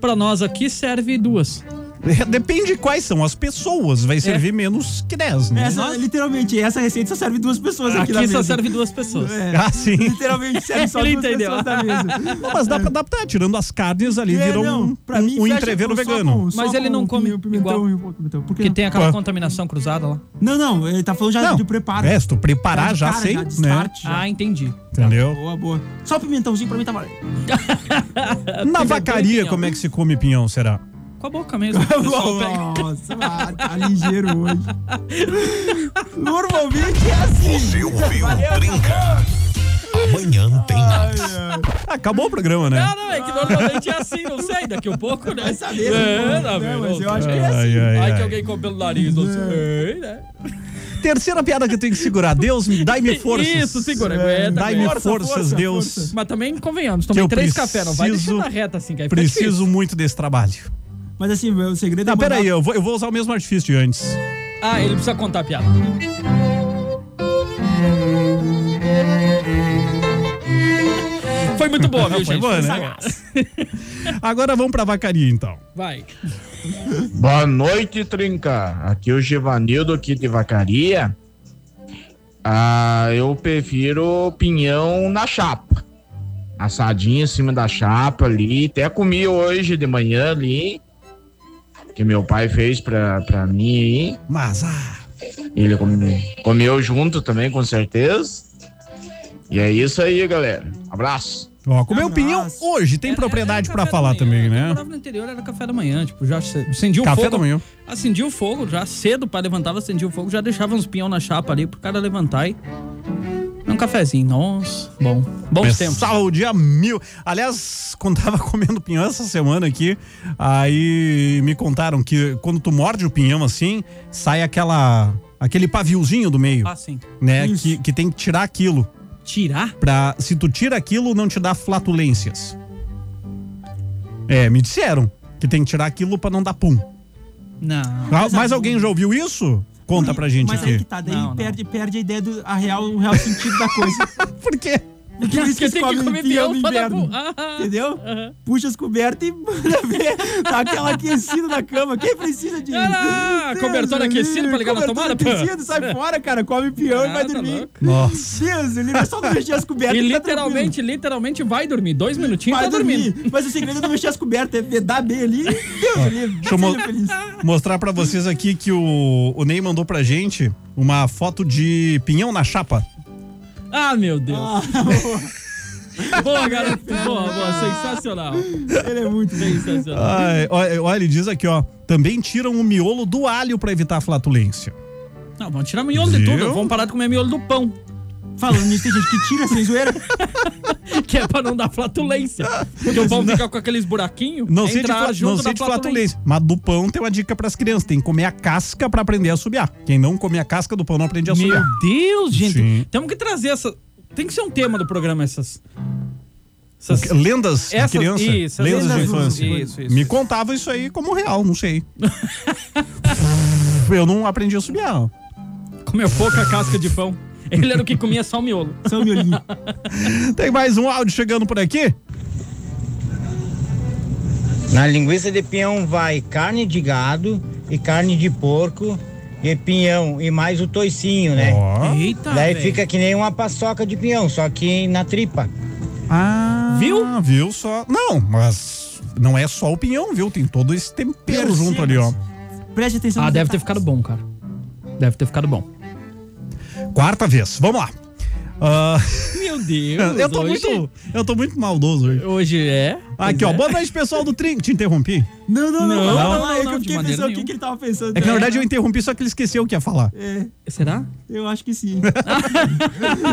Pra nós aqui serve duas. É, Depende de quais são as pessoas, vai servir menos que 10, né? É. Essa, literalmente, essa receita só serve duas pessoas aqui, Aqui na mesa. só serve duas pessoas. É. Ah, sim. Literalmente serve só Ele duas entendeu. pessoas da mesa. Não, mas dá pra adaptar, tirando as carnes ali, É, virou um, não, pra mim, um, um fecha entreveiro com- só vegano. com- só Mas ele com não o come pimentão igual. e um o pimentão. Por Porque que tem aquela Ué. contaminação cruzada lá. não? Não, não, ele tá falando já Não, de preparo. Tá É, se tu preparar, já, de cara, sei, já, de né? start, já. Ah, entendi. Entendeu? Boa, boa. Só o pimentãozinho pra mim tá valendo. Na É, Tem vergonha, vacaria, pinhão. como é que se come pinhão, será? Com a boca mesmo. O pessoal pega. Nossa, mano, tá ligeiro hoje. Normalmente é assim. Seu fio trinca. Amanhã tem mais. Acabou o programa, né? Ah, não, é que normalmente é assim, não sei, daqui a pouco, né? Vai saber, É, né? tá Não, vendo? mas eu acho que é Ai, assim. ai, Aí que ai. alguém come pelo nariz, não sei, né? Terceira piada que eu tenho que segurar. Deus, me- dai-me forças. É, Isso, segura, aguenta, Dai-me aguenta. forças, força, Deus. força. Mas também, convenhamos, tomei eu três preciso- cafés, não vai deixar na reta assim, que aí fica difícil. Preciso muito desse trabalho. Mas assim, o segredo é. Tá, mandar- peraí, eu vou, eu vou usar o mesmo artifício de antes. Ah, ele precisa contar a piada. Foi muito boa, viu, Foi gente? boa, né? sagaz. Agora vamos pra vacaria, então. Vai. Boa noite, Trinca. Aqui é o Givanildo aqui de Vacaria. Ah, eu prefiro pinhão na chapa. Assadinho em cima da chapa ali. Até comi hoje de manhã ali. Que meu pai fez pra, pra mim Mas, ah, aí. Ele come- comeu junto também, com certeza. E é isso aí, galera. Abraço. ó, Ah, comeu pinhão Nossa. hoje, tem Era- propriedade era pra É, café falar da manhã. também, Eu né? morava no interior, era café da manhã, tipo, já ace- acendia o Café fogo. da manhã. Acendia o fogo, já cedo, o pai levantava, acendia o fogo, já deixava uns pinhão na chapa ali pro cara levantar e... Um cafezinho, nossa, bom. Bons tempos. Começava o dia mil. Aliás, quando tava comendo pinhão essa semana aqui, aí me contaram que quando tu morde o pinhão assim, sai aquela aquele paviozinho do meio, Ah, sim. né? isso. Que, que tem que tirar aquilo. Tirar? Pra, se tu tira aquilo, não te dá flatulências. É, me disseram que tem que tirar aquilo pra não dar pum. Ah, Não. Mas, alguém já ouviu isso? Conta pra gente Mas aí aqui. que tá, daí Não, não. Perde, perde a ideia do a real, o real sentido da coisa. Por quê? Porque eles Porque que tem que comem comer pião pinhão no pra dar inverno. bom. Ah, Entendeu? Puxa as cobertas e manda ver. Dá aquela aquecida na cama. Quem precisa de. Caraca, Deus cobertor me aquecido livre, pra ligar na cobertor tomada, pô. aquecido, sai fora, cara. Come pião e Ah, vai tá dormir. louco. Nossa. Deus, ele é só não mexer as cobertas. E que tá literalmente, literalmente vai dormir. Dois minutinhos Vai tá dormir. dormindo. Mas o segredo é não mexer as cobertas, é vedar bem ali. Deus livre. Deixa eu mo- Seja feliz. mostrar pra vocês aqui que o, o Ney mandou pra gente uma foto de pinhão na chapa. Ah, meu Deus. Ah. boa, garoto. Boa, boa. Sensacional. Ele é muito bem. Sensacional. Ai, olha, olha, ele diz aqui, ó. Também tiram o miolo do alho pra evitar a flatulência. Não, vamos tirar miolo de Viu? tudo. Vamos parar de comer miolo do pão. Falando nisso, tem gente que tira sem zoeira. que é pra não dar flatulência. Porque o pão fica com aqueles buraquinhos. Não sei de, entra ar fla- não sei de flatulência, mas do pão tem uma dica pras crianças, tem que comer a casca pra aprender a subir. Quem não comer a casca do pão não aprende a subir. Meu Deus, gente. Sim. Temos que trazer essa. Tem que ser um tema do programa essas. essas- Lendas de Essas- criança, isso, essas lendas de lendas do- infância. isso, isso, Me isso. contava isso aí como real, não sei. Eu não aprendi a subir. Comeu pouca casca de pão. Ele era o que comia só o miolo. Só o miolinho. Tem mais um áudio chegando por aqui? Na linguiça de pinhão vai carne de gado e carne de porco e pinhão e mais o toicinho, né? Eita, Daí velho. Ah, fica que nem uma paçoca de pinhão, só que na tripa. Ah, Viu? viu só. Não, mas não é só o pinhão, viu? Tem todo esse tempero junto ali, ó. Preste atenção. tá- Ah, nos deve ter detalhes. ficado bom, cara. Deve ter ficado bom. Quarta vez, vamos lá. Ah, Meu Deus. eu, tô hoje, muito, eu tô muito maldoso hoje. Hoje é. Aqui, ó. Boa noite, pessoal do Trim. Te interrompi. Não, não, não. Não, não, não, é que não, eu de fiquei pensando o maneira que, nenhuma. que ele tava pensando. É que na verdade eu interrompi, só que ele esqueceu o que ia falar. É, Será? eu acho que sim.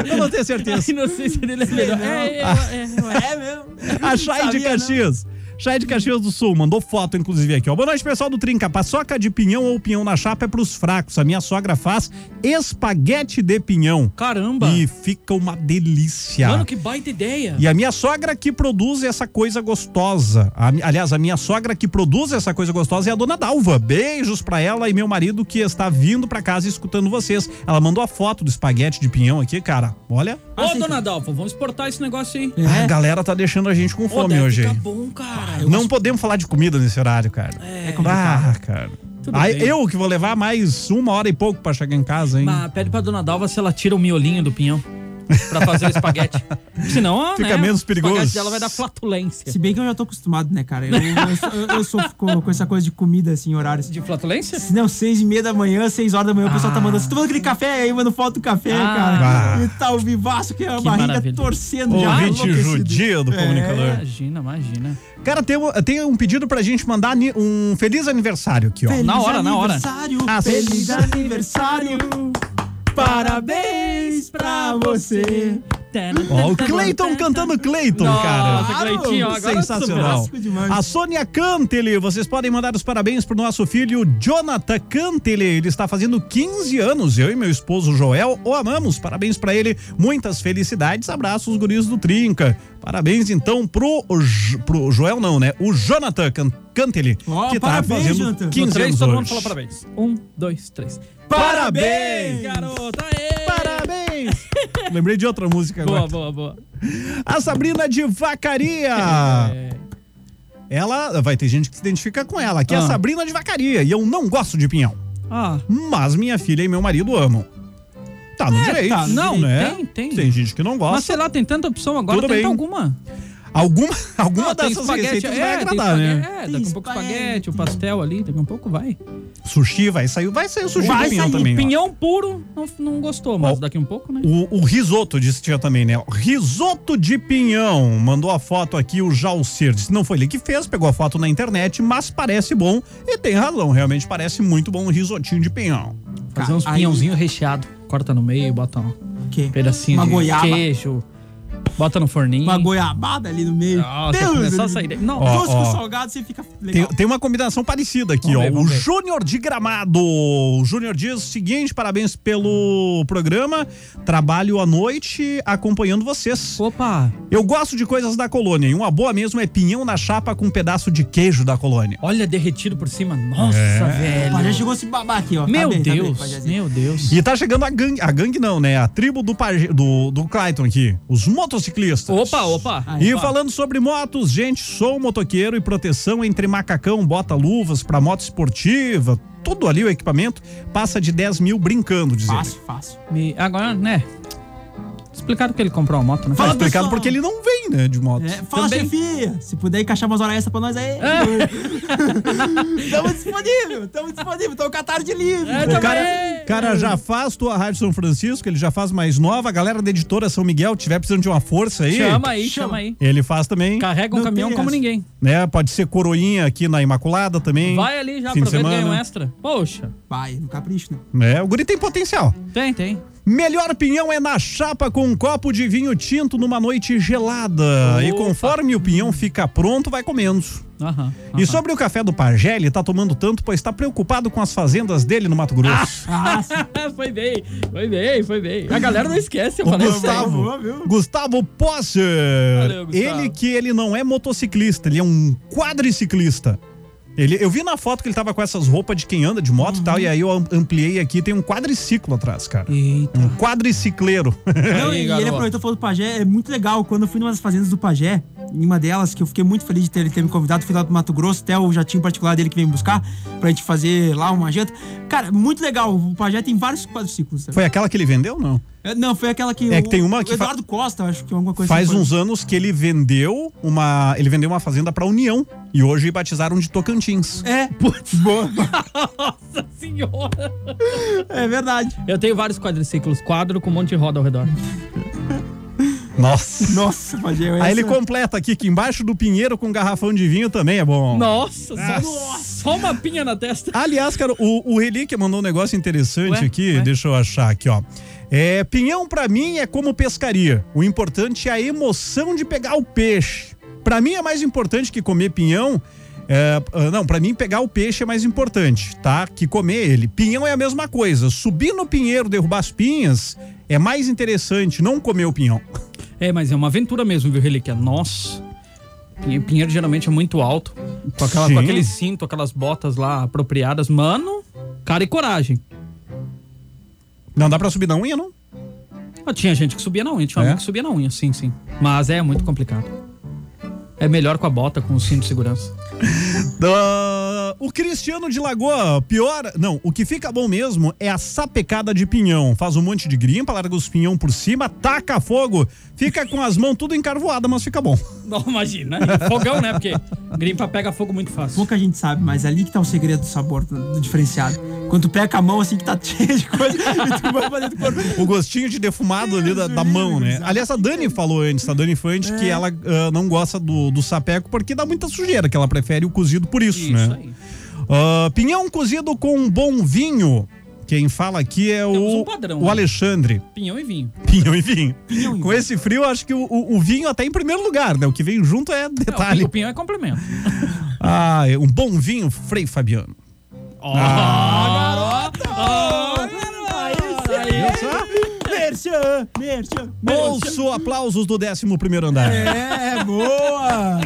Eu não tenho A certeza. inocência dele é melhor. É, é, é, é. é mesmo? A Chay Ah, de Sabia, Caxias. Chay de Caxias do Sul mandou foto, inclusive, aqui, ó. Boa noite, pessoal do Trinca. Paçoca de pinhão ou pinhão na chapa é pros fracos. A minha sogra faz espaguete de pinhão. Caramba. E fica uma delícia. Mano, que baita ideia. E a minha sogra que produz essa coisa gostosa. A mi- aliás, a minha sogra que produz essa coisa gostosa é a dona Dalva. Beijos pra ela e meu marido que está vindo pra casa escutando vocês. Ela mandou a foto do espaguete de pinhão aqui, cara. Olha. Ô, dona Adalfa, vamos exportar esse negócio aí. A galera tá deixando a gente com É. Ô, fome deve hoje. ficar hein? bom, cara. Não podemos falar de comida nesse horário, cara. É complicado. Ah, cara. Tudo Aí bem. eu que vou levar mais uma hora e pouco pra chegar em casa, hein? Mas pede pra dona Dalva se ela tira o miolinho do pinhão pra fazer o espaguete. Senão, ó, Fica né, menos O perigoso. espaguete dela vai dar flatulência. Se bem que eu já tô acostumado, né, cara? Eu, eu, sou- eu- eu sofro com, com essa coisa de comida, assim, horários. De flatulência? Se não, seis e meia da manhã, seis horas da manhã, o pessoal tá mandando. Você tomando aquele café aí, mano, foto do café, Ah. cara. E tá o vivaço, que é a Que barriga maravilha. torcendo já. Ouvinte enlouquecido. É. judia do comunicador. É. Imagina, imagina. Cara, tem, um- tem um pedido pra gente mandar ni- um feliz aniversário aqui, ó. Feliz Na hora, na hora. aniversário, Ah, Feliz sim. aniversário. Parabéns pra você. Ó, o Cleiton cantando Cleiton, Nossa, cara. Cleitinho, agora Sensacional. superou. Demais. A Sônia Cantele, vocês podem mandar os parabéns pro nosso filho Jonathan Cantele. Ele está fazendo 15 anos. Eu e meu esposo Joel o amamos. Parabéns pra ele. Muitas felicidades. Abraços, guris do Trinca. Parabéns então pro, Jo- pro Joel, não, né? O Jonathan Can- Cantele, Ó, que tá parabéns, fazendo Jonathan. 15 três, anos todo hoje. mundo fala parabéns. Um, dois, três. Parabéns! garota! Aê! Parabéns! Lembrei de outra música agora. Boa, boa, boa. A Sabrina de Vacaria. É. Ela vai ter gente que se identifica com ela, que é a Ah. Sabrina de Vacaria, e eu não gosto de pinhão. Ah, Mas minha filha e meu marido amam. Tá no direito. tá no não, direito. né? Tem, tem. gente que não mas gosta. sei lá, tem tanta opção agora, Tudo tenta bem. alguma. Alguma, alguma Ah, tem dessas receitas vai tem agradar, né? espaguete, É, Tem daqui a pouco espaguete. espaguete, o pastel ali, daqui a pouco vai. Sushi vai sair, vai sair o sushi Vai do pinhão sair. também. ó. Pinhão puro, não, não gostou, mas Ó. daqui um pouco, né? O, o risoto, disse tia também, né? Risoto de pinhão. Mandou a foto aqui o Jalcir. Disse, não foi ele que fez, pegou a foto na internet, mas parece bom. E tem razão, realmente parece muito bom o risotinho de pinhão. Fazer uns Aí- pinhãozinho recheado. Corta no meio, bota um O quê? pedacinho Uma de goiaba. queijo. Bota no forninho. Uma goiabada ali no meio. Nossa, começou a Deus. sair daí. Não, Ó, Doce ó. com salgado, você fica Tem, legal. tem uma combinação parecida aqui, Vamos ó. ver, o vamos ver. Júnior de Gramado. O Júnior diz o seguinte: parabéns pelo programa. Trabalho à noite acompanhando vocês. Opa! Eu gosto de coisas da colônia. E uma boa mesmo é pinhão na chapa com um pedaço de queijo da colônia. Olha, derretido por cima. Nossa, O pajé velho. chegou a se babar aqui, ó. Tá Meu bem, tá bem, Deus, pajézinho. meu Deus. E tá chegando a gangue. A gangue não, né? A tribo do, paje- do, do Clayton aqui. Os motociclistas. Opa, opa. E Opa. falando sobre motos, gente, sou motoqueiro e proteção entre macacão, bota luvas pra moto esportiva, tudo ali o equipamento passa de 10 mil brincando, dizer. Fácil, fácil. Me- Agora, né? Explicaram que ele comprou uma moto, né? Tá Fala, explicado pessoal. porque ele não vem, né, de moto. É, fala, Também. chefia! Se puder encaixar umas horas extra pra nós aí. Estamos disponível, estamos disponível, tô com a tarde livre. É, O também. cara, cara já faz tua Rádio São Francisco, ele já faz mais nova. A galera da editora São Miguel, tiver precisando de uma força aí, Chama aí, Chama. chama aí. ele faz também. Carrega um Não caminhão tem como essa. ninguém. Né? Pode ser coroinha aqui na Imaculada também. Vai ali já, Fim de aproveita e ganha um semana. extra. Poxa, Vai, no capricho, né? Né? O guri tem potencial. tem, tem. Melhor pinhão é na chapa com um copo de vinho tinto numa noite gelada. E conforme o pinhão fica pronto, vai comendo. Aham. E sobre o café do pajé, ele tá tomando tanto, pois tá preocupado com as fazendas dele no Mato Ah, Grosso. É, foi bem, foi bem, foi bem. A galera não esquece, O mano. Gustavo, Gustavo Posser. Valeu, Gustavo. Ele que ele não é motociclista, ele é um quadriciclista. Ele, eu vi na foto que ele tava com essas roupas de quem anda de moto Uhum. e tal, e aí eu am- ampliei aqui, tem um quadriciclo atrás, cara. Um quadricicleiro. Não, e ele aproveitou e falou do Pajé, é muito legal. Quando eu fui numa das fazendas do Pajé, em uma delas, que eu fiquei muito feliz de ter, ele ter me convidado, fui lá pro Mato Grosso, até o jatinho particular dele que veio me buscar, pra gente fazer lá uma janta. Cara, muito legal. O Pajé tem vários quadriciclos. sabe? Foi aquela que ele vendeu, não? É, Não, foi aquela que. É o- que tem uma o que fa- Eduardo Costa, acho que alguma coisa Faz assim foi. uns anos que ele vendeu uma, ele vendeu uma fazenda pra União e hoje batizaram de Tocantins. É. Putz, boa. Nossa senhora! É verdade. Eu tenho vários quadriciclos, quadro com um monte de roda ao redor. Nossa. Nossa, Pajé. essa- Aí ele completa aqui que embaixo do pinheiro com um garrafão de vinho também é bom. Nossa, só, só uma pinha na testa. Aliás, cara, o, o Relíquia mandou um negócio interessante Ué, aqui. ué. Deixa eu achar aqui, ó. É, pinhão pra mim é como pescaria. O importante é a emoção de pegar o peixe. Pra mim é mais importante que comer pinhão. é, ah, não, pra mim pegar o peixe é mais importante, tá? Que comer ele. Pinhão é a mesma coisa. Subir no pinheiro, derrubar as pinhas é mais interessante não comer o pinhão. É, mas é uma aventura mesmo, viu, Relíquia? Nossa. Pinhe- Pinheiro geralmente é muito alto. Com, aquela- com Sim. aquele cinto, aquelas botas lá apropriadas. Mano, cara e coragem. Não dá pra subir na unha, não? Ah, tinha gente que subia na unha, tinha um É? amigo que subia na unha, sim, sim. Mas é muito complicado. É melhor com a bota, com o cinto de segurança. Ah, o Cristiano de Lagoa, pior. Não, o que fica bom mesmo é a sapecada de pinhão. Faz um monte de grimpa, larga os pinhão por cima, taca fogo, fica com as mãos tudo encarvoada, mas fica bom. Não, imagina. E Fogão, né? Porque grimpa pega fogo muito fácil. Pouca gente sabe, mas ali que tá o segredo do sabor do do diferenciado. Quando tu pega com a mão assim que tá cheia de coisa e tu vai pra dentro do corpo. O gostinho de defumado ali da, da mão, né? Aliás, a Dani falou antes, a Dani foi antes que ela ah, não gosta do, do sapeco porque dá muita sujeira, que ela prefere o cozido por isso, Isso né? aí. Ah, pinhão cozido com um bom vinho. Quem fala aqui é Temos o, um padrão, o né? Alexandre. Pinhão e vinho. Pinhão e vinho. Pinhão e Com esse frio, acho que o, o- o vinho até em primeiro lugar, né? O que vem junto é Tá É, o detalhe. pinho- o pinhão é complemento. Ah, um bom vinho, Frei Fabiano. Ah, Ó, tá garota! Viu só? Merchan, merchan. Ouço aplausos do 11 primeiro andar. É, boa!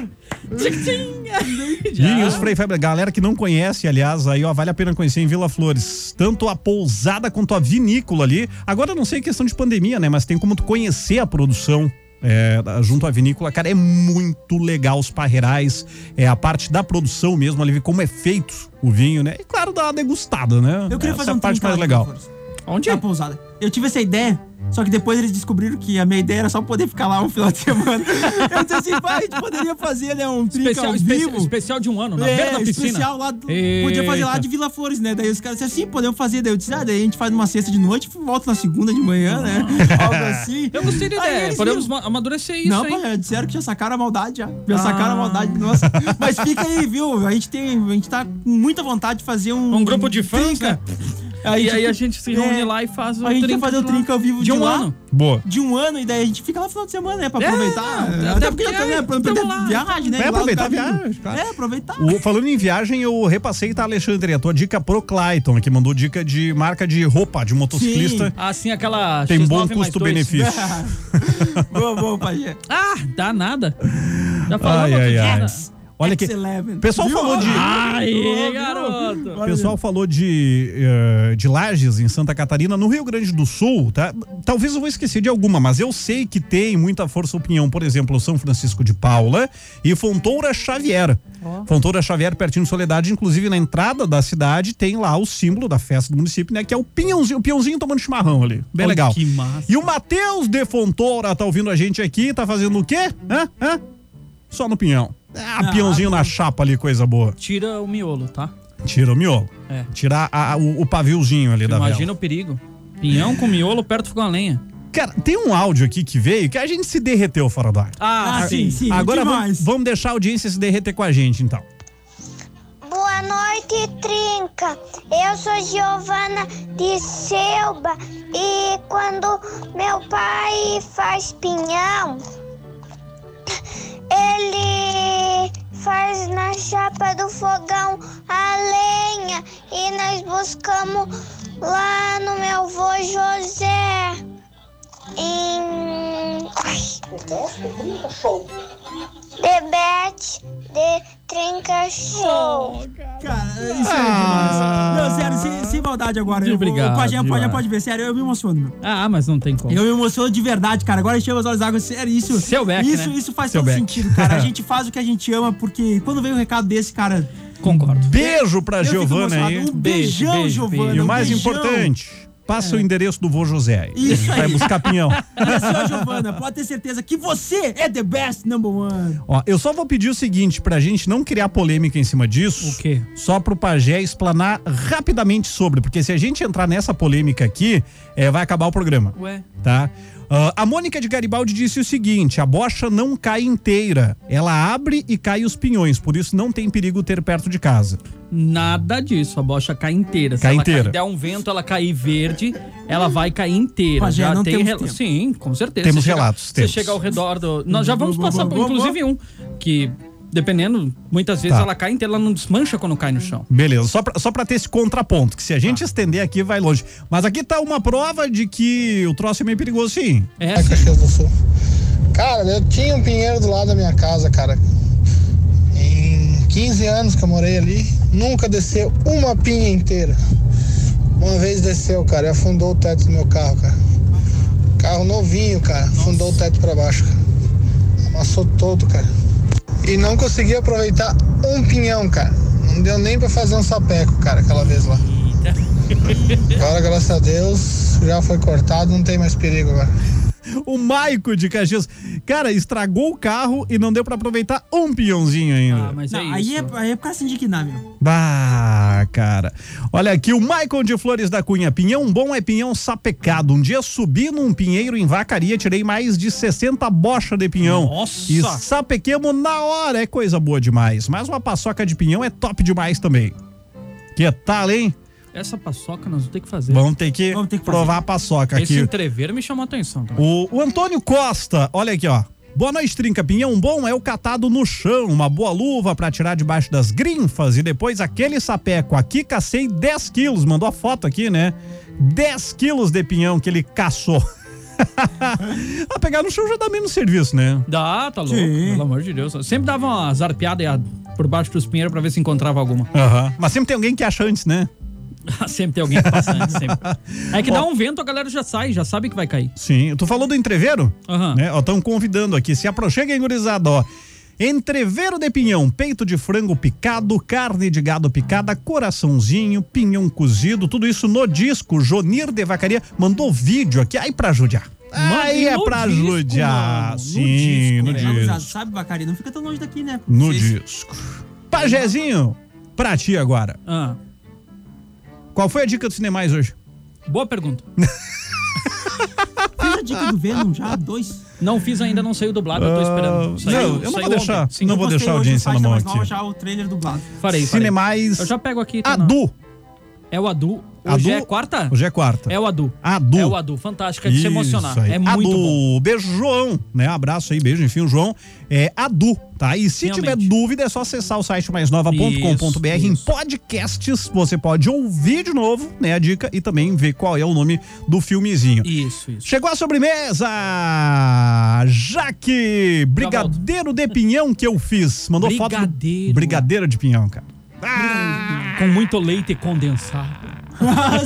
Vinhos Frei Fabiano. Galera que não conhece, aliás, aí ó, vale a pena conhecer em Vila Flores. Tanto a pousada quanto a vinícola ali. Agora eu não sei é questão de pandemia, né? Mas tem como tu conhecer a produção. é, da- junto à vinícola, cara, é muito legal os parreirais, é a parte da produção mesmo, ali, como é feito o vinho, né? E claro, dá uma degustada, né? Eu queria Essa fazer é um a parte trinca mais lá, legal. Flores. Onde Na pousada. Eu tive essa ideia, só que depois eles descobriram que a minha ideia era só poder ficar lá um final de semana. Eu disse assim, pai, a gente poderia fazer, né, um trinca Especial, ao espe- vivo. especial de um ano, na é, beira da piscina. especial lá, do- podia fazer lá Eita. de Vila Flores, né? Daí os caras disseram assim, podemos fazer. Daí eu disse, ah, daí a gente faz numa sexta de noite e volta na segunda de manhã, né? Algo assim. Eu gostei da Aí ideia. eles Podemos ma- amadurecer isso, não, hein? pai, disseram que já sacaram a maldade já. Já sacaram a maldade nossa. Mas fica aí, viu? A gente tem. A gente tá com muita vontade de fazer um. Um grupo de fãs, trinca. né? E aí a gente se reúne É. lá e faz o A gente trinca vai fazer o de lá. trinca ao vivo de, de um lá, ano. Boa. De um ano, e daí a gente fica lá no final de semana, né? Pra É, aproveitar. até Até porque porque também é pra tamo aproveitar lá. a viagem, né? Vai Lá no aproveitar a caminho. viagem, claro. É, aproveitar. O- falando em viagem, eu repassei, tá, Alexandre? A tua dica pro Clayton, que mandou dica de marca de roupa de motociclista. Assim, aquela Tem X9 bom mais dois. custo-benefício. boa, boa, Pajé. Ah, dá nada. Já falamos Ai, outro ai, dia, ai. né? Olha É que. X11. O pessoal Viu? falou de. Aê, Viu? garoto. O pessoal falou de, eh, de Lages, em Santa Catarina, no Rio Grande do Sul, tá? Talvez eu vou esquecer de alguma, mas eu sei que tem muita força opinião, por exemplo, São Francisco de Paula e Fontoura Xavier. Fontoura Xavier, pertinho de Soledade, inclusive na entrada da cidade tem lá o símbolo da festa do município, né? Que é o pinhãozinho, o pinhãozinho tomando chimarrão ali. Bem Olha legal. que massa. E o Matheus de Fontoura tá ouvindo a gente aqui, tá fazendo o quê? Hã? Hã? Só no pinhão. Ah, pinhãozinho na chapa ali, coisa boa. Tira o miolo, tá? Tira o miolo. É. Tirar a- a- o, o paviozinho ali da Imagina vela. o perigo. Pinhão com miolo perto com a lenha. Cara, tem um áudio aqui que veio que a gente se derreteu fora do ar. Ah, Ah, sim, sim. Agora demais. vamos, vamos deixar a audiência se derreter com a gente, então. Boa noite. noite, Trinca. Eu sou Giovana de Selba e quando meu pai faz pinhão, ele faz na chapa do fogão a lenha e nós buscamos lá no meu avô José. Em... Debete de Trinca Show. Cara, isso Ah, é demais. Não, sério, sem, sem maldade agora. Eu vou- Obrigado, O Pajé pode, demais. pode ver, sério, eu me emociono, meu. Ah, mas não tem como. Eu me emociono de verdade, cara. Agora chega os olhos d'água. Sério, isso. Seu Beck, isso, né? isso faz Seu todo Beck. sentido, cara. A gente faz o que a gente ama, porque quando vem um recado desse, cara. Concordo. Beijo pra Eu fico Giovana aí. emocionado. Um beijão, Beijo, beijo, Giovana, E o um mais beijão. É. importante, passa o endereço do vô José aí. Isso Vai aí. buscar pinhão. Isso, ó, Giovana, pode ter certeza que você é the best number one. Ó, eu só vou pedir o seguinte, pra gente não criar polêmica em cima disso. O quê? Só pro Pajé explanar rapidamente sobre, porque se a gente entrar nessa polêmica aqui, eh, vai acabar o programa. Ué. Tá? Ah, a Mônica de Garibaldi disse o seguinte: a bocha não cai inteira, ela abre e cai os pinhões, por isso não tem perigo ter perto de casa. Nada disso, a bocha cai inteira. Se Cai ela inteira. der um vento, ela cair verde, ela vai cair inteira. Pajé, já não tem temos rel- tempo. Sim, com certeza. Temos Você chega- relatos, Você temos. chega ao redor do. Nós já vamos Boa, boa, passar por, boa, inclusive, um que, dependendo, muitas vezes Tá. ela cai inteira, ela não desmancha quando cai no chão. Beleza, só pra, só pra ter esse contraponto, que se a gente estender aqui, vai longe. Mas aqui tá uma prova de que o troço é meio perigoso, sim. É, Caxias do Sul. Cara, eu tinha um pinheiro do lado da minha casa, cara. Em 15 anos que eu morei ali, nunca desceu uma pinha inteira. Uma vez desceu, cara, e afundou o teto do meu carro, cara. Carro novinho, cara, afundou o teto pra baixo, cara. Amassou todo, cara. E não consegui aproveitar um pinhão, cara. Não deu nem pra fazer um sapeco, cara, aquela vez lá. Agora, graças a Deus, já foi cortado, não tem mais perigo agora. O Maico de Caxias. Cara, estragou o carro e não deu pra aproveitar um pinhãozinho ainda. Ah, mas Não, aí, é, aí é pra se indignar, meu. Bah, cara. Olha aqui, o Maicon de Flores da Cunha. Pinhão bom é pinhão sapecado. Um dia subi num pinheiro em vacaria, tirei mais de 60 bocha de pinhão. Nossa! E sapequemos na hora. É coisa boa demais. Mas uma paçoca de pinhão é top demais também. Que tal, hein? Essa paçoca nós vamos ter que fazer. É. Vamos ter que, provar a paçoca Esse aqui. Um. entrever me chamou a atenção também. O, o Antônio Costa, olha aqui, ó. Boa noite, Trinca. Pinhão bom é o catado no chão, uma boa luva pra tirar debaixo das grinfas e depois aquele sapeco. Aqui cacei 10 quilos, mandou a foto aqui, né? 10 quilos de pinhão que ele caçou. ah, pegar no chão já dá menos serviço, né? Dá, tá louco, pelo amor de Deus. Sempre dava uma zarpeada e a- por baixo dos pinheiros pra ver se encontrava alguma. Aham. Mas sempre tem alguém que acha antes, né? sempre tem alguém que passa antes, sempre. É que dá um vento, a galera já sai, já sabe que vai cair. Sim, tu falou do entreveiro? Aham. Né? Ó, estão convidando aqui. Se aproxeguem, gurizada, ó. Entreveiro de pinhão, peito de frango picado, carne de gado picada, coraçãozinho, pinhão cozido, tudo isso no disco. Jonir de Vacaria mandou vídeo aqui. Aí pra judiar. Aí é no pra disco, judiar. mano, no Sim, disco, né? no velho. disco. Sabe, Tá Sabe, Bacari, não fica tão longe daqui, né? No Vocês- disco. Pajezinho, pra ti agora. Ah. Qual foi a dica do Cinemais hoje? Boa pergunta. Fiz a dica do Venom já, dois. Não fiz ainda, não saiu dublado, eu tô esperando. Ah, Saiu- não, eu não saiu vou deixar, ontem. Sim. não vou deixar a audiência na da mão Mais Nova aqui. já o trailer dublado. Farei, farei. Cinemais. Eu já pego aqui. tá na- Adu. É o Adu. Adu. Hoje é quarta? Hoje é quarta. É o Adu. Adu. É o Adu. Fantástico, é de se emocionar. Isso aí. É muito Adu. bom. Beijo, João, né? Abraço aí, beijo, enfim, o João. É Adu, tá? E se tiver dúvida, é só acessar o site maisnova.com.br em podcasts. Você pode ouvir de novo, né, a dica e também ver qual é o nome do filmezinho. Isso, isso. Chegou a sobremesa! Jaque! Brigadeiro de pinhão que eu fiz. Mandou foto. Brigadeiro. do- Brigadeiro de pinhão, cara. Com muito leite condensado. Ah,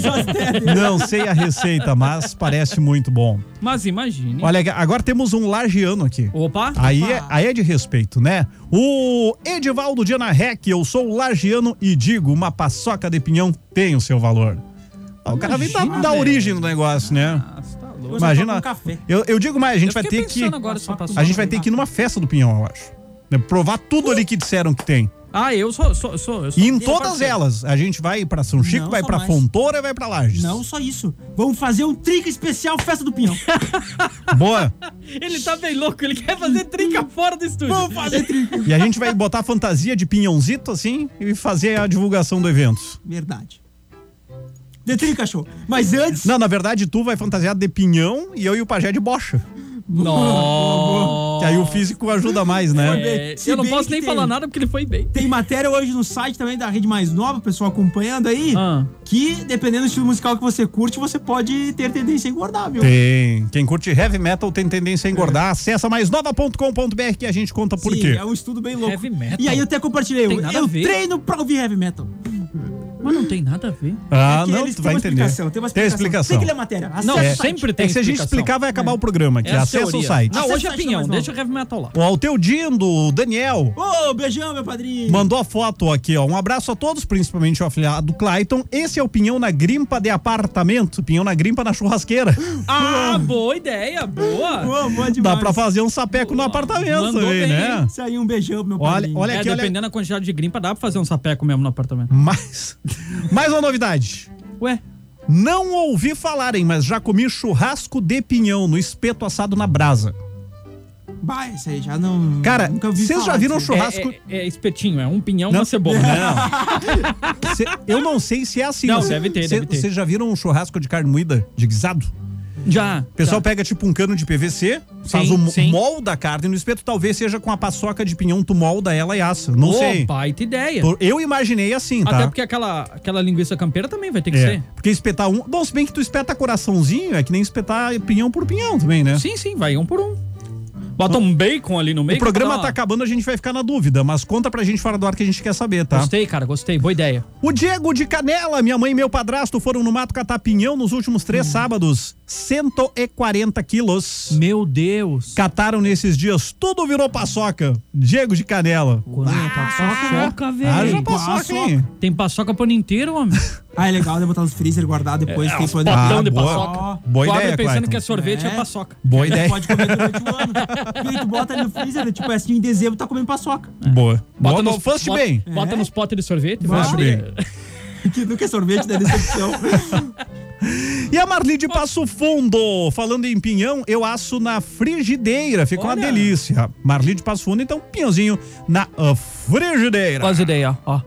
Não sei a receita, mas parece muito bom. Mas imagine. Olha, agora temos um lagiano aqui. Opa! Aí é, aí é de respeito, né? O Edivaldo Diana Rec, eu sou lagiano e digo, uma paçoca de pinhão tem o seu valor. Ah, o cara vem da, Imagina, da velho. origem do negócio, né? louco. Imagina. Eu só tomo tá café. Eu, eu digo mais, a gente Eu vai fiquei ter que. pensando agora, só pra- né? a gente vai ter que ir numa festa do pinhão, eu acho. Né? Provar tudo ali que disseram que tem. Ah, eu sou. sou, sou, eu sou E em eu todas parceiro. elas, a gente vai pra São Chico, Não, vai só pra mais. Fontoura, vai pra Lages. Não só isso. Vamos fazer um trinca especial Festa do Pinhão. Boa. Ele tá bem louco, ele quer fazer trinca fora do estúdio. Vamos fazer trinca. E a gente vai botar a fantasia de pinhãozito assim e fazer a divulgação do evento. Verdade. De trinca show. Mas antes. Não, na verdade, tu vai fantasiado de pinhão e eu e o pajé de bocha. Nossa. Oh. Que aí o físico ajuda mais, né? É, eu não posso nem falar nada porque ele foi bem. Tem matéria hoje no site também da Rede Mais Nova, pessoal acompanhando aí, Ah. que dependendo do estilo musical que você curte, você pode ter tendência a engordar, viu? Tem. Quem curte heavy metal tem tendência a engordar. Acessa mais nova.com.br que a gente conta por Sim, quê. é um estudo bem louco. Heavy metal. E aí eu até compartilhei. Tem eu- nada a eu ver. treino pra ouvir heavy metal. Mas não tem nada a ver. Ah, É que não, eles tu têm vai uma entender. explicação, tem uma Tem explicação. explicação. Tem que ler a matéria. Acessa Não, o é, site. sempre tem. É que se a gente explicar, vai acabar o programa, que É a acessa o teoria. site. Não, Acessa hoje o é site pinhão, mais novo. deixa o heavy metal lá. Ó, o teu Dindo, o Daniel. Ô, beijão, meu padrinho. Mandou a foto aqui, ó. Um abraço a todos, principalmente o afiliado Clayton. Esse é o pinhão na grimpa de apartamento, pinhão na grimpa na churrasqueira. Ah, boa ideia, boa. Boa, boa Dá demais. pra fazer um sapeco no apartamento Mandou também, bem, né? Isso aí, um beijão pro meu Olha- padrinho. olha É, aqui, olha- dependendo da quantidade de grimpa, dá pra fazer um sapeco mesmo no apartamento. Mas, mais uma novidade. Ué? Não ouvi falarem, mas já comi churrasco de pinhão no espeto assado na brasa. Bah, isso aí já não. Cara, nunca ouvi vocês já falar assim. viram disso. churrasco... É, é espetinho, é um pinhão, uma cebola. Não. Cê- eu não sei se é assim. Não, mas deve ter, cê- deve ter. Vocês já viram um churrasco de carne moída, de guisado? Já. O pessoal pega tipo um cano de PVC, faz Sim, o mo- sim. molda a carne no espeto, talvez seja com a paçoca de pinhão, tu molda ela e assa. Não Pô, sei. baita ideia. Tô- Eu imaginei assim, tá? Até porque aquela, aquela linguiça campeira também vai ter que É, ser. porque espetar um. Bom, se bem que tu espeta coraçãozinho, é que nem espetar pinhão por pinhão também, né? Sim, sim, vai um por um. Bota um bacon ali no meio. O programa que tá dá uma- acabando, a gente vai ficar na dúvida, mas conta pra gente fora do ar que a gente quer saber, tá? Gostei, cara, gostei. Boa ideia. O Diego de Canela, minha mãe e meu padrasto foram no Mato Catapinhão nos últimos três Hum. sábados. 140 quilos. Meu Deus. Cataram nesses dias, tudo virou paçoca. Diego de Canela. Ah, Tá né? Paçoca, velho. Ah, já passou, sim. Tem paçoca pro ano inteiro, homem. Ah, é legal de botar no freezer, guardar depois. É, tem uns poder- potão Ah, de boa. paçoca. Boa Tu abre ideia, pensando Clayton. que é sorvete, é, É. paçoca. Boa ideia. Pode comer durante o ano. E aí tu bota ali no freezer, tipo assim, em dezembro tá comendo paçoca. Boa. Bota Bota no nos, foste bota, bem. Bota nos potes de sorvete. vai Foste abrir. bem. Que nunca é sorvete da decepção. E a Marli de Passo Fundo, falando em pinhão, eu asso na frigideira. Fica uma Olha. delícia. Marli de Passo Fundo, então pinhãozinho na ah, frigideira. Quase ideia, ó.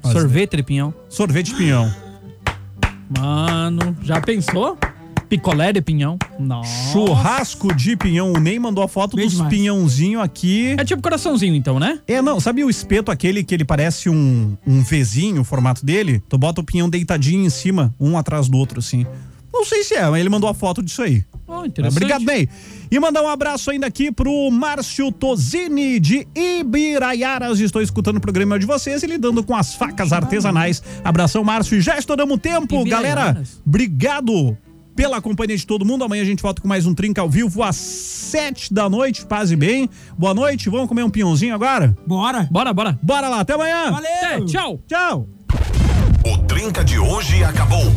Quase sorvete de pinhão. Sorvete de pinhão. Mano, já pensou? Picolé de pinhão. Nossa. Churrasco de pinhão. O Ney mandou a foto Bem dos demais. pinhãozinho aqui. É tipo coraçãozinho, então, né? É, não, sabe o espeto aquele que ele parece um, um Vzinho, o formato dele? Tu bota o pinhão deitadinho em cima, um atrás do outro, assim. Não sei se é, mas ele mandou a foto disso aí. Oh, interessante. Obrigado, Ney. E mandar um abraço ainda aqui pro Márcio Tosini de Ibiraiaras. Estou escutando o programa de vocês e lidando com as facas artesanais. Abração, Márcio. E já estouramos o tempo, Ibiraiaras. galera. Obrigado pela companhia de todo mundo. Amanhã a gente volta com mais um Trinca ao vivo às sete da noite. Paz e bem. Boa noite. Vamos comer um pinhãozinho agora? Bora. Bora, bora. É, Bora lá. Até amanhã. Valeu. Até, tchau. Tchau. O Trinca de hoje acabou,